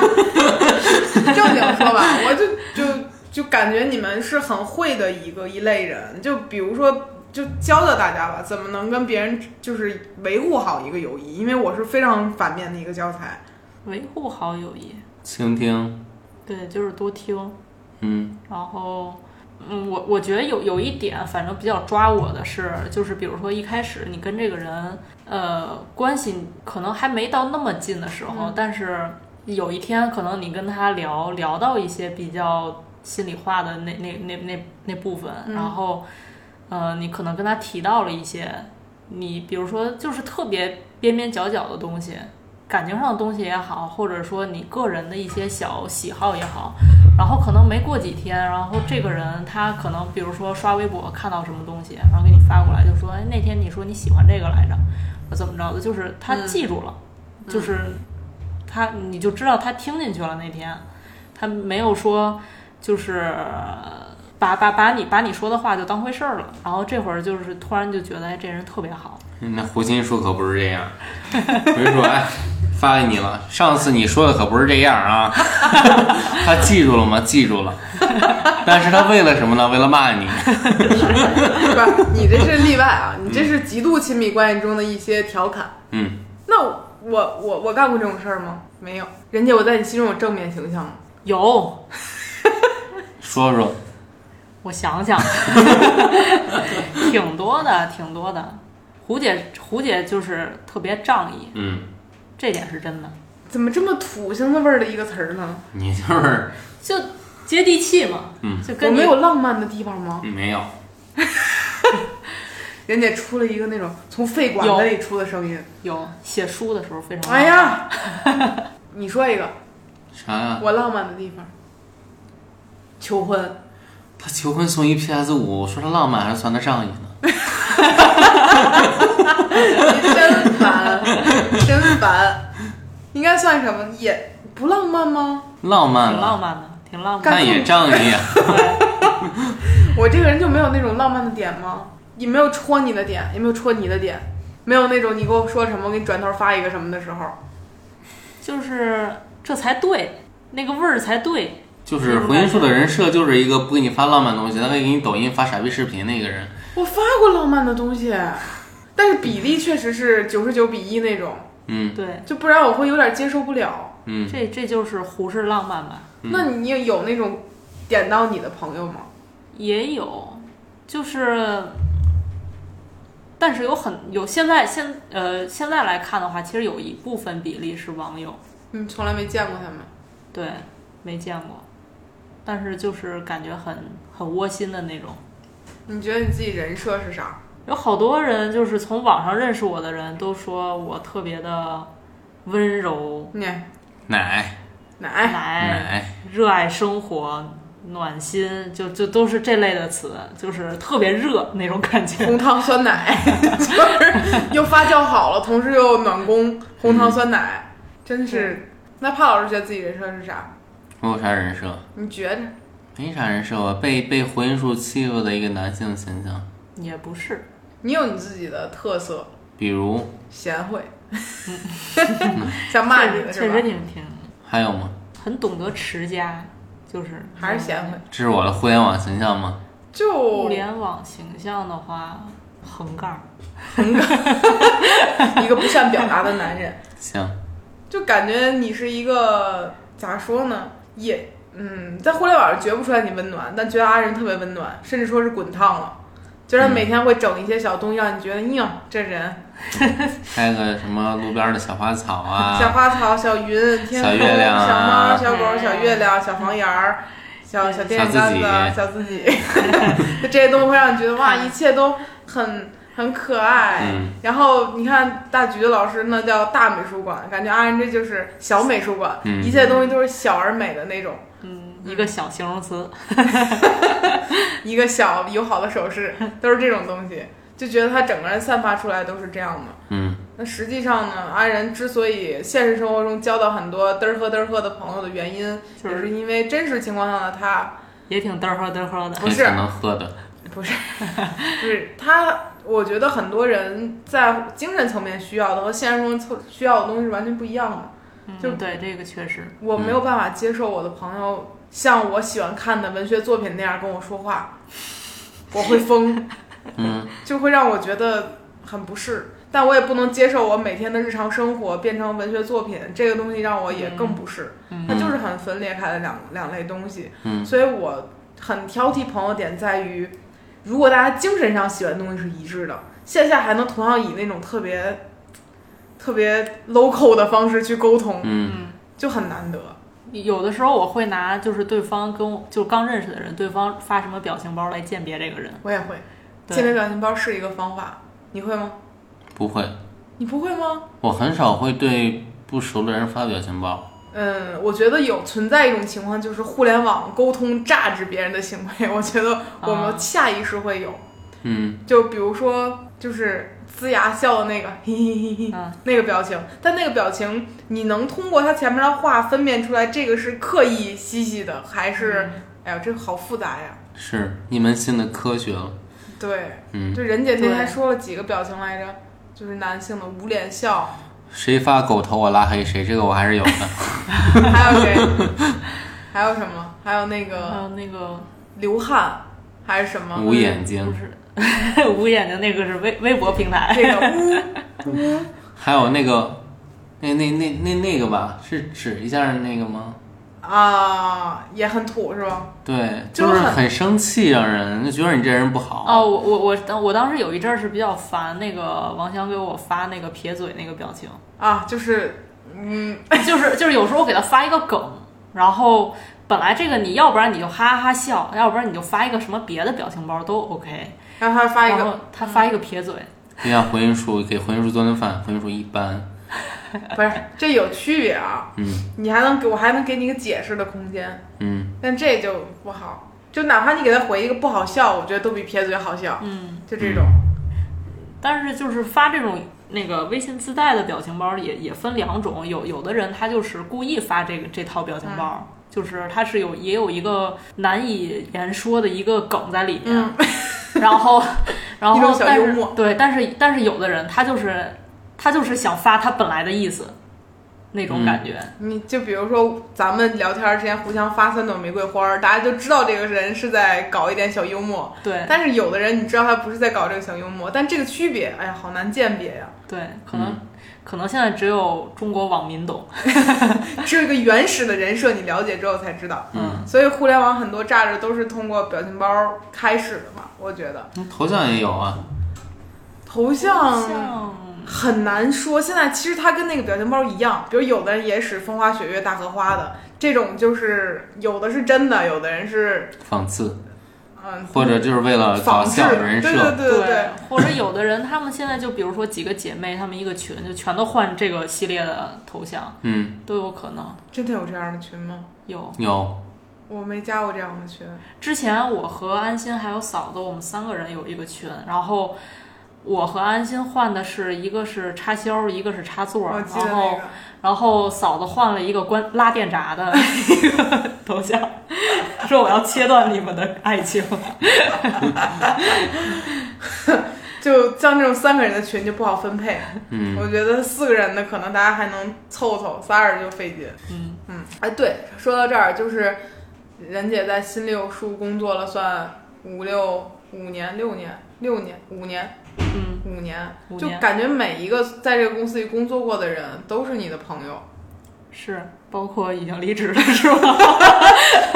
Speaker 2: 正经说吧，我就就就感觉你们是很会的一个一类人。就比如说，就教教大家吧，怎么能跟别人就是维护好一个友谊，因为我是非常反面的一个教材。
Speaker 3: 维护好友谊，
Speaker 4: 倾听，
Speaker 3: 对，就是多听，
Speaker 4: 嗯，
Speaker 3: 然后。嗯，我我觉得有有一点，反正比较抓我的是，就是比如说一开始你跟这个人，呃，关系可能还没到那么近的时候，但是有一天可能你跟他聊聊到一些比较心里话的那那那那那部分，然后，呃，你可能跟他提到了一些，你比如说就是特别边边角角的东西，感情上的东西也好，或者说你个人的一些小喜好也好，然后可能没过几天，然后这个人他可能比如说刷微博看到什么东西，然后给你发过来，就说哎那天你说你喜欢这个来着，怎么着的，就是他记住了，就是他你就知道他听进去了那天，他没有说就是。把把把你把你说的话就当回事儿了，然后这会儿就是突然就觉得哎这人特别好，
Speaker 4: 嗯那胡心树可不是这样。胡心树，哎，发给你了，上次你说的可不是这样啊。 他记住了吗？记住了，但是他为了什么呢？为了骂你。
Speaker 2: 不，你这是例外啊，你这是极度亲密关系中的一些调侃。
Speaker 4: 嗯，
Speaker 2: 那我我我干过这种事儿吗？没有。人家我在你心中有正面形象吗？
Speaker 3: 有
Speaker 4: 说说，
Speaker 3: 我想 想，挺多的，挺多的。胡姐，胡姐就是特别仗义，
Speaker 4: 嗯，
Speaker 3: 这点是真的，
Speaker 2: 怎么这么土腥的味儿的一个词儿呢？
Speaker 4: 你就是
Speaker 3: 就接地气嘛。
Speaker 4: 嗯
Speaker 3: 就
Speaker 2: 我
Speaker 3: 跟你
Speaker 2: 没有浪漫的地方吗？
Speaker 4: 没有。
Speaker 2: 人家出了一个那种从肺管子里出的声音。
Speaker 3: 有写书的时候非常
Speaker 2: 哎呀， 你说一个
Speaker 4: 啥呀、
Speaker 2: 我浪漫的地方，求婚。
Speaker 4: 他求婚送一 PS 五，我说他浪漫还是算他仗义呢？
Speaker 2: 真烦，真烦。应该算什么？也不浪漫吗？
Speaker 4: 浪漫
Speaker 3: 挺
Speaker 4: 了，
Speaker 3: 浪漫的，挺浪漫
Speaker 2: 干
Speaker 4: 但也仗义啊。
Speaker 3: 的。
Speaker 2: 我这个人就没有那种浪漫的点吗？也没有戳你的点，也没有戳你的点，没有那种你给我说什么，我给你转头发一个什么的时候。
Speaker 3: 就是这才对，那个味儿才对。
Speaker 4: 就是胡云树的人设就是一个不给你发浪漫东西，他会给你抖音发傻逼视频那个人。
Speaker 2: 我发过浪漫的东西，但是比例确实是九十九比一那种，
Speaker 4: 嗯
Speaker 3: 对，
Speaker 2: 就不然我会有点接受不了。
Speaker 4: 嗯，
Speaker 3: 这这就是胡适浪漫吧，
Speaker 2: 那你有那种点到你的朋友吗？
Speaker 3: 也有，就是。但是有很有现在现呃现在来看的话，其实有一部分比例是网友，
Speaker 2: 你从来没见过他们，
Speaker 3: 对，没见过，但是就是感觉很很窝心的那种。
Speaker 2: 你觉得你自己人设是啥？
Speaker 3: 有好多人就是从网上认识我的人都说我特别的温柔、
Speaker 2: 你
Speaker 4: 奶
Speaker 3: 哎
Speaker 2: 奶
Speaker 3: 来、
Speaker 2: 哎
Speaker 4: 奶，
Speaker 3: 热爱生活、暖心，就就都是这类的词，就是特别热那种感觉。
Speaker 2: 红糖酸奶，就是又发酵好了，同时又暖宫红糖酸奶，真是。那帕老师觉得自己人设是啥？
Speaker 4: 我有啥人设？
Speaker 2: 你觉着？
Speaker 4: 没啥人设吧，被被胡云树欺负的一个男性形象，
Speaker 3: 也不是，
Speaker 2: 你有你自己的特色，
Speaker 4: 比如
Speaker 2: 贤惠，想骂你的是
Speaker 3: 确实
Speaker 2: 吧？
Speaker 3: 挺挺
Speaker 4: 还有吗？
Speaker 3: 很懂得持家，就是嗯
Speaker 2: 还是贤惠？哦
Speaker 4: 这是我的互联网形象吗？
Speaker 2: 就
Speaker 3: 互联网形象的话，横杠，
Speaker 2: 一个不善表达的男人，
Speaker 4: 行，
Speaker 2: 就感觉你是一个咋说呢，也嗯，在互联网上觉不出来你温暖，但觉得阿仁特别温暖，甚至说是滚烫了，就是每天会整一些小东西让你觉得，哟，这人
Speaker 4: 开个什么路边的小花草
Speaker 2: 小
Speaker 4: 啊，
Speaker 2: 花草、小云、天空、
Speaker 4: 小月亮
Speaker 2: 小
Speaker 4: 啊
Speaker 2: 猫、小狗、小月亮、小房檐儿、小小电线杆子、小自己， 就这些东西会让你觉得哇，一切都很很可爱。
Speaker 4: 嗯
Speaker 2: 然后你看大橘老师那叫大美术馆，感觉阿仁这就是小美术馆，
Speaker 4: 嗯
Speaker 2: 一切东西都是小而美的那种，
Speaker 3: 嗯，一个小形容词，
Speaker 2: 一个小友好的手势，都是这种东西，就觉得他整个人散发出来都是这样的。
Speaker 4: 嗯，
Speaker 2: 那实际上呢，阿仁之所以现实生活中交到很多嘚儿呵嘚儿呵的朋友的原因，
Speaker 3: 就
Speaker 2: 也
Speaker 3: 是
Speaker 2: 是因为真实情况下的他，
Speaker 3: 也挺嘚呵嘚呵的。
Speaker 2: 不
Speaker 4: 也
Speaker 2: 是
Speaker 4: 挺能喝的，
Speaker 2: 不是，不是他，我觉得很多人在精神层面需要的和现实中需要的东西是完全不一样的。就
Speaker 3: 嗯，对，这个确实，
Speaker 2: 我没有办法接受我的朋友像我喜欢看的文学作品那样跟我说话，我会疯，
Speaker 4: 嗯，
Speaker 2: 就会让我觉得很不适。但我也不能接受我每天的日常生活变成文学作品，这个东西让我也更不适。它就是很分裂开的两两类东西。
Speaker 4: 嗯
Speaker 2: 所以我很挑剔朋友点在于，如果大家精神上喜欢的东西是一致的，线下还能同样以那种特别特别 local 的方式去沟通，
Speaker 4: 嗯
Speaker 2: 就很难得。
Speaker 3: 有的时候我会拿就是对方跟我就刚认识的人，对方发什么表情包来鉴别这个人。
Speaker 2: 我也会，
Speaker 3: 对
Speaker 2: 鉴别表情包是一个方法，你会吗？
Speaker 4: 不会，
Speaker 2: 你不会吗？
Speaker 4: 我很少会对不熟的人发表情包。
Speaker 2: 嗯，我觉得有存在一种情况，就是互联网沟通榨汁别人的行为， 我觉得我
Speaker 3: 啊
Speaker 2: 们下意识会有。
Speaker 4: 嗯，
Speaker 2: 就比如说，就是呲牙笑的那个，嘿嘿嘿嘿，
Speaker 3: 嗯
Speaker 2: 那个表情，但那个表情，你能通过他前面的话分辨出来，这个是刻意嘻嘻的，还是、哎呀，这个好复杂呀。
Speaker 4: 是一门心的科学了。
Speaker 2: 对，
Speaker 4: 嗯，
Speaker 2: 就任姐那
Speaker 3: 对
Speaker 2: 天说了几个表情来着，就是男性的捂脸笑，
Speaker 4: 谁发狗头我拉黑谁，这个我还是 有的。
Speaker 2: 还有谁？还有什么？还有那
Speaker 3: 还
Speaker 2: 个
Speaker 3: 有呃那个
Speaker 2: 流汗，还是什么？
Speaker 4: 无眼睛
Speaker 3: 不，是无眼睛那个是微微博平台，
Speaker 2: 这个呜
Speaker 4: 还有那个，那那那那那个吧，是指一下那个吗？
Speaker 2: 啊，也很土是吧？
Speaker 4: 对，
Speaker 2: 就
Speaker 4: 就是是
Speaker 2: 很
Speaker 4: 很生气，让人就觉得你这人不好。
Speaker 3: 哦，我我我当我当时有一阵儿是比较烦那个王翔给我发那个撇嘴那个表情，
Speaker 2: 啊，就是嗯，
Speaker 3: 就是就是有时候我给他发一个梗，然后本来这个你要不然你就哈哈笑，要不然你就发一个什么别的表情包都 OK，
Speaker 2: 然后他发一
Speaker 3: 然
Speaker 2: 个
Speaker 3: 后他发一个撇嘴，
Speaker 4: 就像回音术，给回音术做顿饭，回音术一般。
Speaker 2: 不是，这有区别啊。
Speaker 4: 嗯
Speaker 2: 你还能给我还能给你个解释的空间，
Speaker 4: 嗯，
Speaker 2: 但这就不好。就哪怕你给他回一个不好笑，我觉得都比撇嘴好笑。
Speaker 3: 嗯，
Speaker 2: 就这种，
Speaker 3: 但是就是发这种。那个微信自带的表情包也也分两种，有有的人他就是故意发这个这套表情
Speaker 2: 嗯
Speaker 3: 包，就是他是有也有一个难以言说的一个梗在里面，
Speaker 2: 嗯，
Speaker 3: 然后，然
Speaker 2: 一种
Speaker 3: 后
Speaker 2: 小
Speaker 3: 但
Speaker 2: 幽
Speaker 3: 是
Speaker 2: 默
Speaker 3: 对，但是但是有的人他就是他就是想发他本来的意思，那种
Speaker 4: 嗯
Speaker 3: 感觉。
Speaker 2: 你就比如说咱们聊天之前互相发三朵玫瑰花，大家就知道这个人是在搞一点小幽默。
Speaker 3: 对
Speaker 2: 但是有的人你知道他不是在搞这个小幽默，但这个区别，哎呀，好难鉴别呀、
Speaker 3: 对，可
Speaker 2: 嗯
Speaker 3: 能、可能现在只有中国网民懂。
Speaker 2: 只有一个原始的人设，你了解之后才知道。
Speaker 4: 嗯，
Speaker 2: 所以互联网很多炸着都是通过表情包开始的嘛，我觉得
Speaker 4: 头像也有啊。
Speaker 2: 头像
Speaker 3: 像
Speaker 2: 很难说。现在其实它跟那个表情包一样，比如有的人也使风花雪月大荷花的，这种就是有的是真的，有的人是
Speaker 4: 讽刺，
Speaker 2: 嗯
Speaker 4: 或者就是为了搞
Speaker 2: 仿制
Speaker 4: 笑
Speaker 2: 的，
Speaker 4: 人
Speaker 2: 对对
Speaker 4: 设，
Speaker 2: 对对对。
Speaker 3: 或者有的人他们现在就比如说几个姐妹，她们一个群就全都换这个系列的头像，
Speaker 4: 嗯，
Speaker 3: 都有可能
Speaker 2: 真的有这样的群吗？
Speaker 3: 有。
Speaker 4: 有，
Speaker 2: 我没加过这样的群，
Speaker 3: 之前我和安心还有嫂子，我们三个人有一个群，然后我和安心换的是一个是插销，一个是插座，
Speaker 2: 我
Speaker 3: 然
Speaker 2: 记得
Speaker 3: 后
Speaker 2: 那个。
Speaker 3: 然后嫂子换了一个关拉电闸的一个头像，说我要切断你们的爱情。
Speaker 2: 就像这种三个人的群就不好分配，
Speaker 4: 嗯，
Speaker 2: 我觉得四个人的可能大家还能凑凑，仨人就费劲。
Speaker 3: 嗯
Speaker 2: 嗯，哎，对，说到这儿，就是任姐在新六书工作了，算五六五年、六年、六年、五年，
Speaker 3: 嗯，
Speaker 2: 五年，
Speaker 3: 五
Speaker 2: 就
Speaker 3: 年
Speaker 2: 感觉每一个在这个公司里工作过的人都是你的朋 友，
Speaker 3: 是包括已经离职了是吧？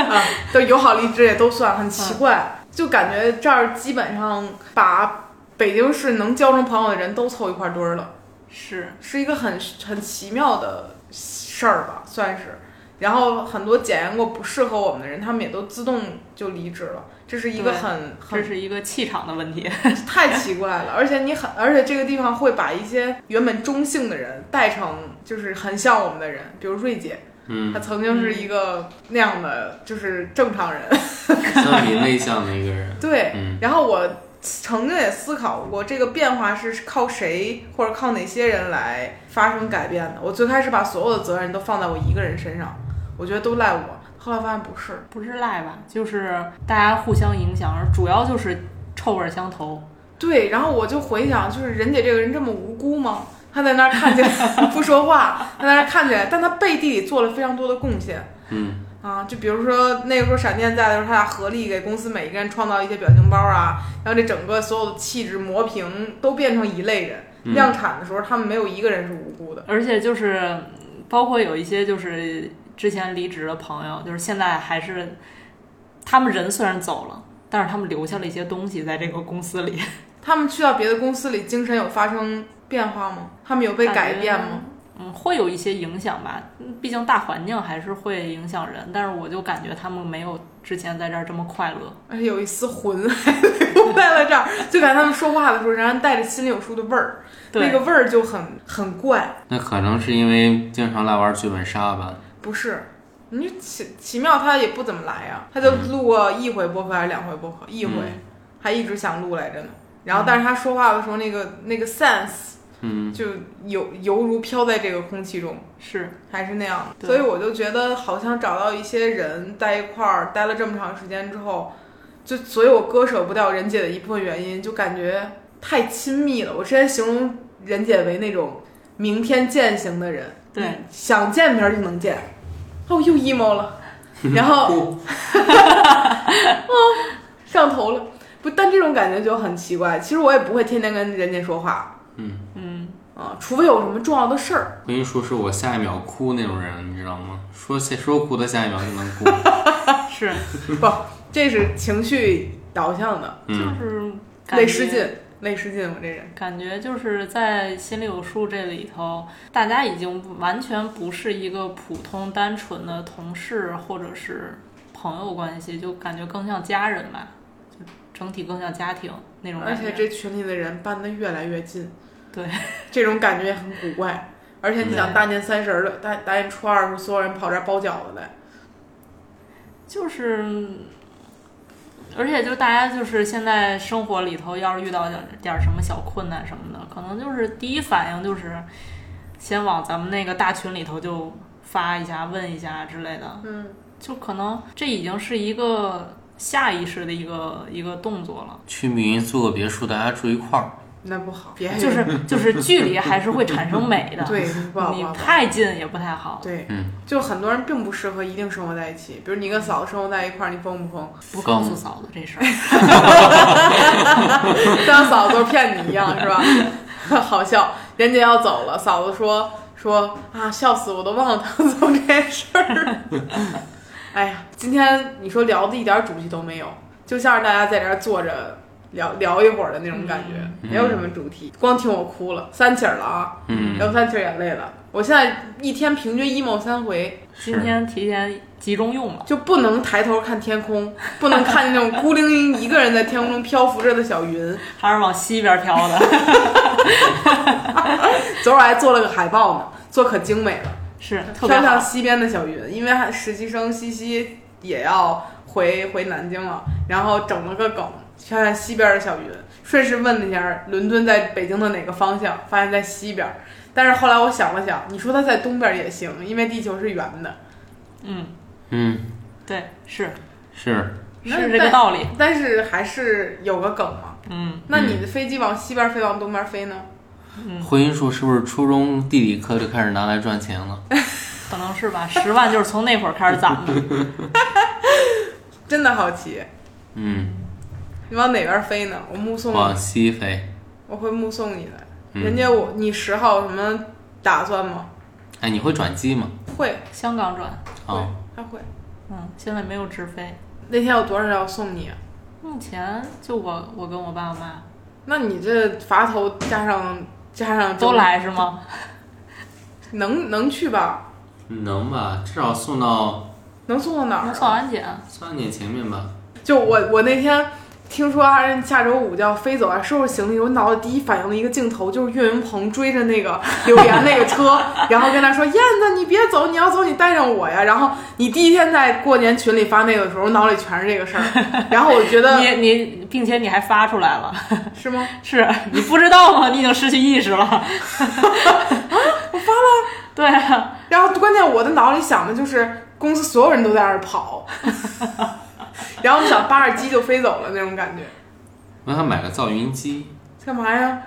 Speaker 2: 啊，都友好离职也都算，很奇怪，就感觉这儿基本上把北京市能交成朋友的人都凑一块堆儿了，
Speaker 3: 是，
Speaker 2: 是一个很很奇妙的事儿吧，算是。然后很多检验过不适合我们的人，他们也都自动就离职了，这是一个
Speaker 3: 对
Speaker 2: 很
Speaker 3: 这
Speaker 2: 很
Speaker 3: 是一个气场的问题。
Speaker 2: 太奇怪了，而且你很，而且这个地方会把一些原本中性的人带成就是很像我们的人，比如瑞姐，她
Speaker 4: 嗯，
Speaker 2: 曾经是一个那样的就是正常人，
Speaker 4: 像你内向的一个人，
Speaker 2: 对，
Speaker 4: 嗯
Speaker 2: 然后我曾经也思考过，这个变化是靠谁或者靠哪些人来发生改变的。我最开始把所有的责任都放在我一个人身上，我觉得都赖我。后来发现不是，
Speaker 3: 不是赖吧，就是大家互相影响，而主要就是臭味儿相投。
Speaker 2: 对。然后我就回想，就是任姐这个人这么无辜吗？她在那儿看起来 不说话，她在那儿看起来，但她背地里做了非常多的贡献。
Speaker 4: 嗯，
Speaker 2: 啊，就比如说那个时候闪电在的时候，他俩合力给公司每一个人创造一些表情包啊，然后这整个所有的气质磨平都变成一类人。
Speaker 4: 嗯
Speaker 2: 量产的时候，他们没有一个人是无辜的。
Speaker 3: 而且就是嗯包括有一些就是之前离职的朋友，就是现在还是他们人虽然走了，但是他们留下了一些东西在这个公司里。
Speaker 2: 他们去到别的公司里，精神有发生变化吗？他们有被改变吗？
Speaker 3: 嗯，会有一些影响吧，嗯毕竟大环境还是会影响人。但是我就感觉他们没有之前在这儿这么快乐。
Speaker 2: 而且哎有一丝魂还留在了这儿， 就感觉他们说话的时候，仍然带着心里有数的味儿，
Speaker 3: 对，
Speaker 2: 那个味儿就很很怪。
Speaker 4: 那可能是因为经常来玩剧本杀吧。
Speaker 2: 不是，你奇奇妙他也不怎么来呀、他就录过一回播客还是两回播客，一回，
Speaker 4: 嗯
Speaker 2: 还一直想录来着呢。然后，但是他说话的时候，那个那个 sense
Speaker 4: 嗯，
Speaker 2: 就犹犹如飘在这个空气中，
Speaker 3: 是
Speaker 2: 还是那样。
Speaker 3: 对
Speaker 2: 所以我就觉得，好像找到一些人在一块儿待了这么长时间之后，就所以我割舍不掉任姐的一部分原因，就感觉太亲密了。我之前形容任姐为那种明天见型的人，嗯
Speaker 3: 对，
Speaker 2: 想见明儿就能见。哦，又 emo 了，然后哦，上头了。不，但这种感觉就很奇怪。其实我也不会天天跟人家说话，
Speaker 3: 嗯，
Speaker 2: 啊，除非有什么重要的事儿。
Speaker 4: 我跟你说，是我下一秒哭那种人，你知道吗？说下说哭的下一秒就能哭，
Speaker 3: 是，
Speaker 2: 不，这是情绪导向的，
Speaker 3: 就
Speaker 4: 嗯，
Speaker 3: 是感
Speaker 2: 累
Speaker 3: 觉
Speaker 2: 失禁，累失禁。我这人
Speaker 3: 感觉就是在心里有数这里头，大家已经完全不是一个普通单纯的同事或者是朋友关系，就感觉更像家人吧，就整体更像家庭那种
Speaker 2: 而
Speaker 3: 感
Speaker 2: 且
Speaker 3: 觉。
Speaker 2: 这群里的人搬得越来越近，
Speaker 3: 对，
Speaker 2: 这种感觉也很古怪。而且你想，
Speaker 3: 嗯
Speaker 2: 大年三十儿的，大大年初二的时候，所有人跑这儿包饺子来，
Speaker 3: 就是，嗯而且就大家就是现在生活里头，要是遇到点点什么小困难什么的，可能就是第一反应就是先往咱们那个大群里头就发一下、问一下之类的。
Speaker 2: 嗯，
Speaker 3: 就可能这已经是一个下意识的一个一个动作了，
Speaker 4: 去密云租个别墅，大家住一块儿，
Speaker 2: 那不好，别
Speaker 3: 就是就是距离还是会产 生美的，
Speaker 2: 对，不好，不
Speaker 3: 你
Speaker 2: 好。
Speaker 3: 太近也不太好，
Speaker 2: 对，
Speaker 4: 嗯，
Speaker 2: 就很多人并不适合一定生活在一起，比如你跟嫂子生活在一块儿，你疯不疯？
Speaker 3: 不告诉嫂子这事儿，
Speaker 2: 像嫂子都骗你一样，是吧？ 好笑，人家要走了，嫂子说说啊，笑死，我都忘了他走这件事儿。 哎呀，今天你说聊的一点主题都没有，就像是大家在这儿坐着聊聊一会儿的那种感觉，没有什么主题，光听我哭了三起儿了啊，
Speaker 4: 嗯
Speaker 2: 聊三起儿眼泪了。我现在一天平均 emo 三回，
Speaker 3: 今天提前集中用了，
Speaker 2: 就不能抬头看天空，不能看见那种孤零零一个人在天空中漂浮着的小云。
Speaker 3: 还是往西边飘 的，
Speaker 2: 昨儿我还做了个海报呢，做可精美了，
Speaker 3: 是特别
Speaker 2: 飘向
Speaker 3: 好，
Speaker 2: 西边的小云，因为还实习生西西也要回回南京了，然后整了个梗，飘向西边的小云，顺势问了一下伦敦在北京的哪个方向，发现在西边。但是后来我想了想，你说它在东边也行，因为地球是圆的，
Speaker 3: 嗯，
Speaker 4: 嗯，
Speaker 3: 对，是
Speaker 4: 是，
Speaker 2: 那
Speaker 3: 是这个道理，
Speaker 2: 但是还是有个梗嘛。
Speaker 3: 嗯，
Speaker 2: 那你的飞机往西边飞，往东边飞呢？
Speaker 4: 婚姻术是不是初中地理课就开始拿来赚钱了？
Speaker 3: 可能是吧，十万就是从那会儿开始攒的，
Speaker 2: 真的好奇，
Speaker 4: 嗯，
Speaker 2: 你往哪边飞呢？我目送
Speaker 4: 往西飞，
Speaker 2: 我会目送你的。
Speaker 4: 嗯
Speaker 2: 人家我你十号有什么打算吗？
Speaker 4: 哎，你会转机吗？
Speaker 2: 会，
Speaker 3: 香港转，
Speaker 2: 会
Speaker 4: 啊，，
Speaker 2: 他会。
Speaker 3: 嗯，现在没有直飞。
Speaker 2: 那天有多少人要送你啊？
Speaker 3: 目前就我我跟我爸我
Speaker 2: 啊
Speaker 3: 妈
Speaker 2: 那你这伐头加上加上
Speaker 3: 都，来是吗？
Speaker 2: 能能去吧？
Speaker 4: 能吧，至少送到
Speaker 2: 能送到哪儿
Speaker 3: 能
Speaker 2: 啊？
Speaker 3: 送安检，
Speaker 4: 三点前面吧。
Speaker 2: 就我我那天听说阿任下周五就要飞走啊，收拾行李，我脑子第一反应的一个镜头就是岳云鹏追着那 个柳岩那个车，然后跟他说：“燕子，你别走，你要走你带上我呀。”然后你第一天在过年群里发那个的时候，我脑里全是这 个事儿，然后我觉得
Speaker 3: 你你并且你还发出来了，
Speaker 2: 是吗？
Speaker 3: 是你不知道吗？你已经失去意识了。 我发
Speaker 2: 啊
Speaker 3: 了， 对啊，
Speaker 2: 然后关键我的脑里想的就是公司所有人都在那儿跑， 然后想扒着鸡就飞走了那种感觉，
Speaker 4: 我想买个噪音机，
Speaker 2: 干嘛呀？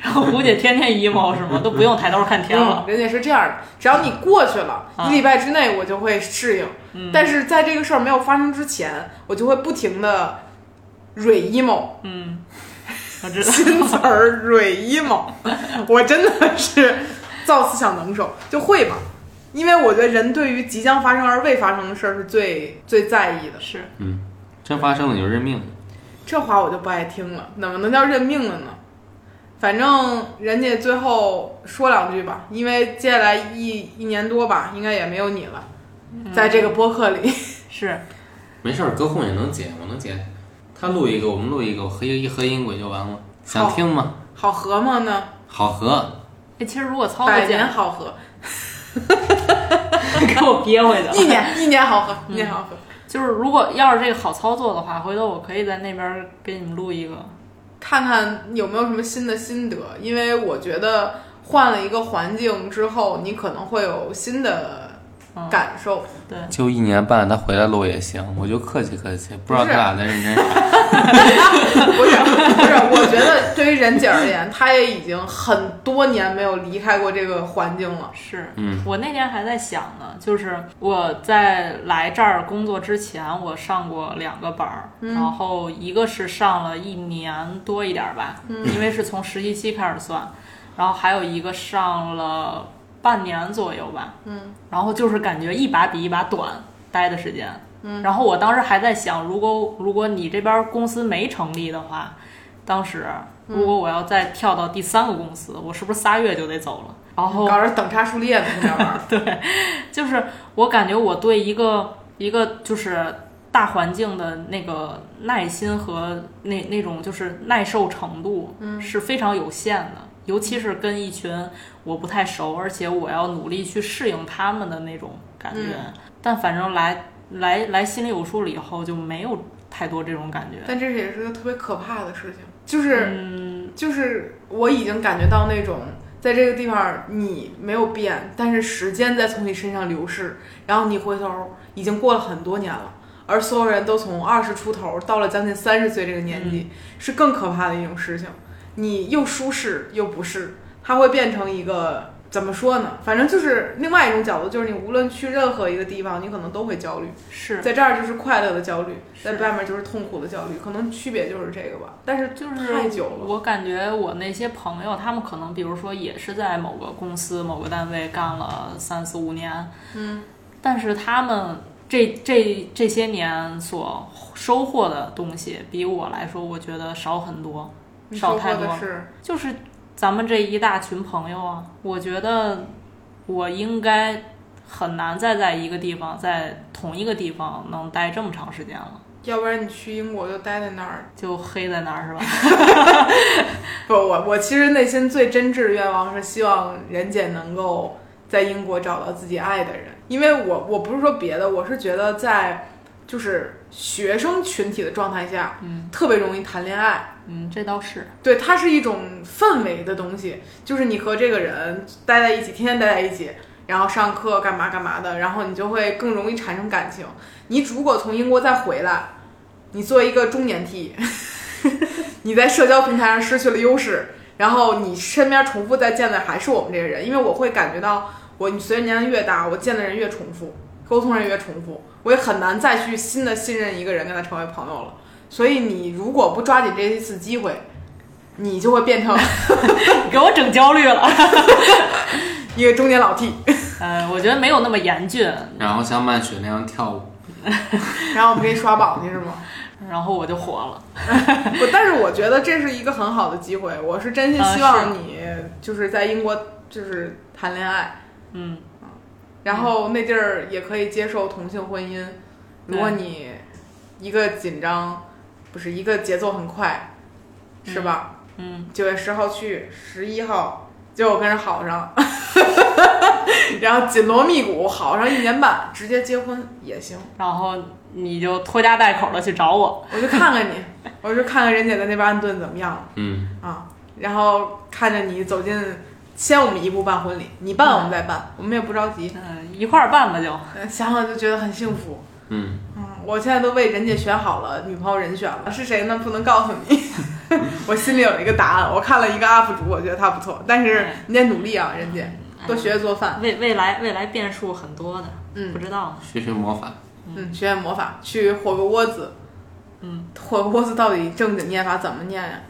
Speaker 3: 然后胡姐天天 emo 是吗？都不用抬头看天
Speaker 2: 嗯
Speaker 3: 了，，
Speaker 2: 人家是这样的，只要你过去了，
Speaker 3: 啊
Speaker 2: 一礼拜之内我就会适应。但是在这个事儿没有发生之前，我就会不停的蕊 emo
Speaker 3: 嗯，我知道。
Speaker 2: 新词儿蕊 emo，我真的是造词想能手，就会吧。因为我觉得人对于即将发生而未发生的事儿是最最在意的，
Speaker 3: 是
Speaker 4: 嗯，真发生了你就认命。
Speaker 2: 这话我就不爱听了，怎么能叫认命了呢？反正人家最后说两句吧，因为接下来一一年多吧，应该也没有你了，在这个播客 里，
Speaker 3: 是，
Speaker 4: 没事儿，隔空也能解，我能解。他录一个，我们录一个，我合一合音轨就完了。想听吗？
Speaker 2: 好合吗呢？
Speaker 4: 好合，
Speaker 3: 哎，其实如果操作
Speaker 2: 百年
Speaker 3: 简
Speaker 2: 好合，
Speaker 3: 给我憋回去了
Speaker 2: 一。 年一嗯年好合，一年好合，
Speaker 3: 就是如果要是这个好操作的话，回头我可以在那边给你们录一个。
Speaker 2: 看看有没有什么新的心得，因为我觉得换了一个环境之后，你可能会有新的
Speaker 3: 嗯，
Speaker 2: 感 受。
Speaker 3: 对，
Speaker 4: 就一年半，他回来录也行，我就客气客气，不知道
Speaker 2: 不
Speaker 4: 他
Speaker 2: 是
Speaker 4: 俩在认真啥。
Speaker 2: 不是不是，我觉得对于任姐而言，她也已经很多年没有离开过这个环境了。
Speaker 3: 是，
Speaker 4: 嗯，
Speaker 3: 我那天还在想呢，就是我在来这儿工作之前，我上过两个班儿，然后一个是上了一年多一点儿吧，因为是从实习期开始算，然后还有一个上了半年左右吧，
Speaker 2: 嗯，
Speaker 3: 然后就是感觉一把比一把短，待的时间。嗯，然后我当时还在想，如果如果你这边儿公司没成立的话，当时如果我要再跳到第三个公司，我是不是仨月就得走了？然后
Speaker 2: 搞着等差数列呢，那玩意儿。
Speaker 3: 就是我感觉我对一个一个就是大环境的那个耐心和那那种就是耐受程度，嗯，是非常有限的。尤其是跟一群我不太熟，而且我要努力去适应他们的那种感觉。但反正来来来心里有数了以后，就没有太多这种感觉。
Speaker 2: 但这也是个特别可怕的事情，就是。
Speaker 3: 嗯，
Speaker 2: 就是我已经感觉到那种在这个地方你没有变，但是时间在从你身上流逝，然后你回头已经过了很多年了，而所有人都从二十出头到了将近三十岁这个年纪，是更可怕的一种事情。你又舒适又不是，它会变成一个怎么说呢？反正就是另外一种角度，就是你无论去任何一个地方，你可能都会焦虑。
Speaker 3: 是，
Speaker 2: 在这儿就是快乐的焦虑，在
Speaker 3: 是
Speaker 2: 外面就是痛苦的焦虑，可能区别就是这个吧。但是
Speaker 3: 就是
Speaker 2: 太久了，
Speaker 3: 我感觉我那些朋友，他们可能比如说也是在某个公司、某个单位干了三四五年，
Speaker 2: 嗯，
Speaker 3: 但是他们这这这些年所收获的东西，比我来说，我觉得少很多，
Speaker 2: 你
Speaker 3: 少
Speaker 2: 说
Speaker 3: 太
Speaker 2: 过
Speaker 3: 多
Speaker 2: 的
Speaker 3: 了。
Speaker 2: 是
Speaker 3: 就是咱们这一大群朋友啊，我觉得我应该很难再在一个地方，在同一个地方能待这么长时间了，
Speaker 2: 要不然你去英国就待在那儿。
Speaker 3: 就黑在那儿是吧？
Speaker 2: 不，我我其实内心最真挚的愿望是希望任姐能够在英国找到自己爱的人，因为我我不是说别的，我是觉得在就是学生群体的状态下，
Speaker 3: 嗯
Speaker 2: 特别容易谈恋爱。
Speaker 3: 嗯，这倒是，
Speaker 2: 对，它是一种氛围的东西，就是你和这个人待在一起，天天待在一起，然后上课干嘛干嘛的，然后你就会更容易产生感情。你如果从英国再回来，你作为一个中年 T，你在社交平台上失去了优势，然后你身边重复再见的还是我们这个人，因为我会感觉到我你随着年龄越大，我见的人越重复，沟通人越重复，我也很难再去新的信任一个人，跟他成为朋友了。所以你如果不抓紧这一次机会，你就会变 成
Speaker 3: 给我整焦虑了。
Speaker 2: 一个中年老 T。
Speaker 3: 呃，我觉得没有那么严峻，
Speaker 4: 然后像漫雪那样跳舞，
Speaker 2: 然后我们给你刷榜去是吗？
Speaker 3: 然后我就火了。
Speaker 2: 不，但是我觉得这是一个很好的机会，我是真心
Speaker 3: 啊
Speaker 2: 希望你就是在英国就是谈恋爱，
Speaker 3: 嗯，
Speaker 2: 然后那地儿也可以接受同性婚姻。如果你一个紧张，不是一个节奏很快，是吧？
Speaker 3: 嗯，
Speaker 2: 九月十号去，十一号结果跟人好上， 然后紧锣密鼓好上一年半，直接结婚也行。
Speaker 3: 然后你就拖家带口的去找我，
Speaker 2: 我就看看你，我就看看人姐在那边安顿怎么样了。
Speaker 4: 嗯，
Speaker 2: 啊，然后看着你走进，先我们一步办婚礼，你办我们再办，我们也不着急，
Speaker 3: 嗯、一块儿办吧就。
Speaker 2: 呃想想就觉得很幸福。
Speaker 4: 嗯，
Speaker 2: 嗯，我现在都为人家选好了女朋友人选了，是谁呢？不能告诉你， 我心里有一个答案。我看了一个 UP 主，我觉得他不错，但是你得努力啊，人家
Speaker 3: 嗯
Speaker 2: 多学学做饭，
Speaker 3: 未未来未来变数很多的，
Speaker 2: 嗯
Speaker 3: 不知道。
Speaker 4: 学学魔法，
Speaker 2: 嗯，学学魔法，去火个窝子。
Speaker 3: 嗯，
Speaker 2: 火个窝子到底正经念法怎么念呀、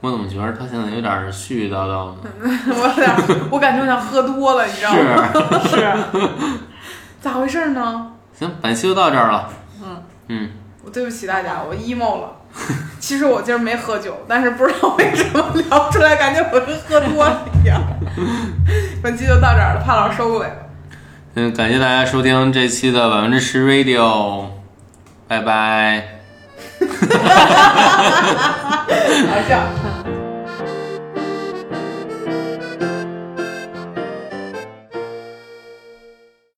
Speaker 4: 我怎么觉得他现在有点絮絮叨叨呢？
Speaker 2: 我有点，我感觉我像喝多了，你知道吗？
Speaker 4: 是，
Speaker 3: 是，
Speaker 2: 咋回事呢？
Speaker 4: 行，本期就到这儿了，
Speaker 3: 嗯
Speaker 4: 嗯，
Speaker 2: 我对不起大家，我 emo 了。其实我今儿没喝酒，但是不知道为什么聊出来，感觉我跟喝多了一样。 本期就到这儿了，帕老师收个尾吧。
Speaker 4: 嗯，感谢大家收听这期的百分之十 Radio，拜拜。
Speaker 2: 好，这样。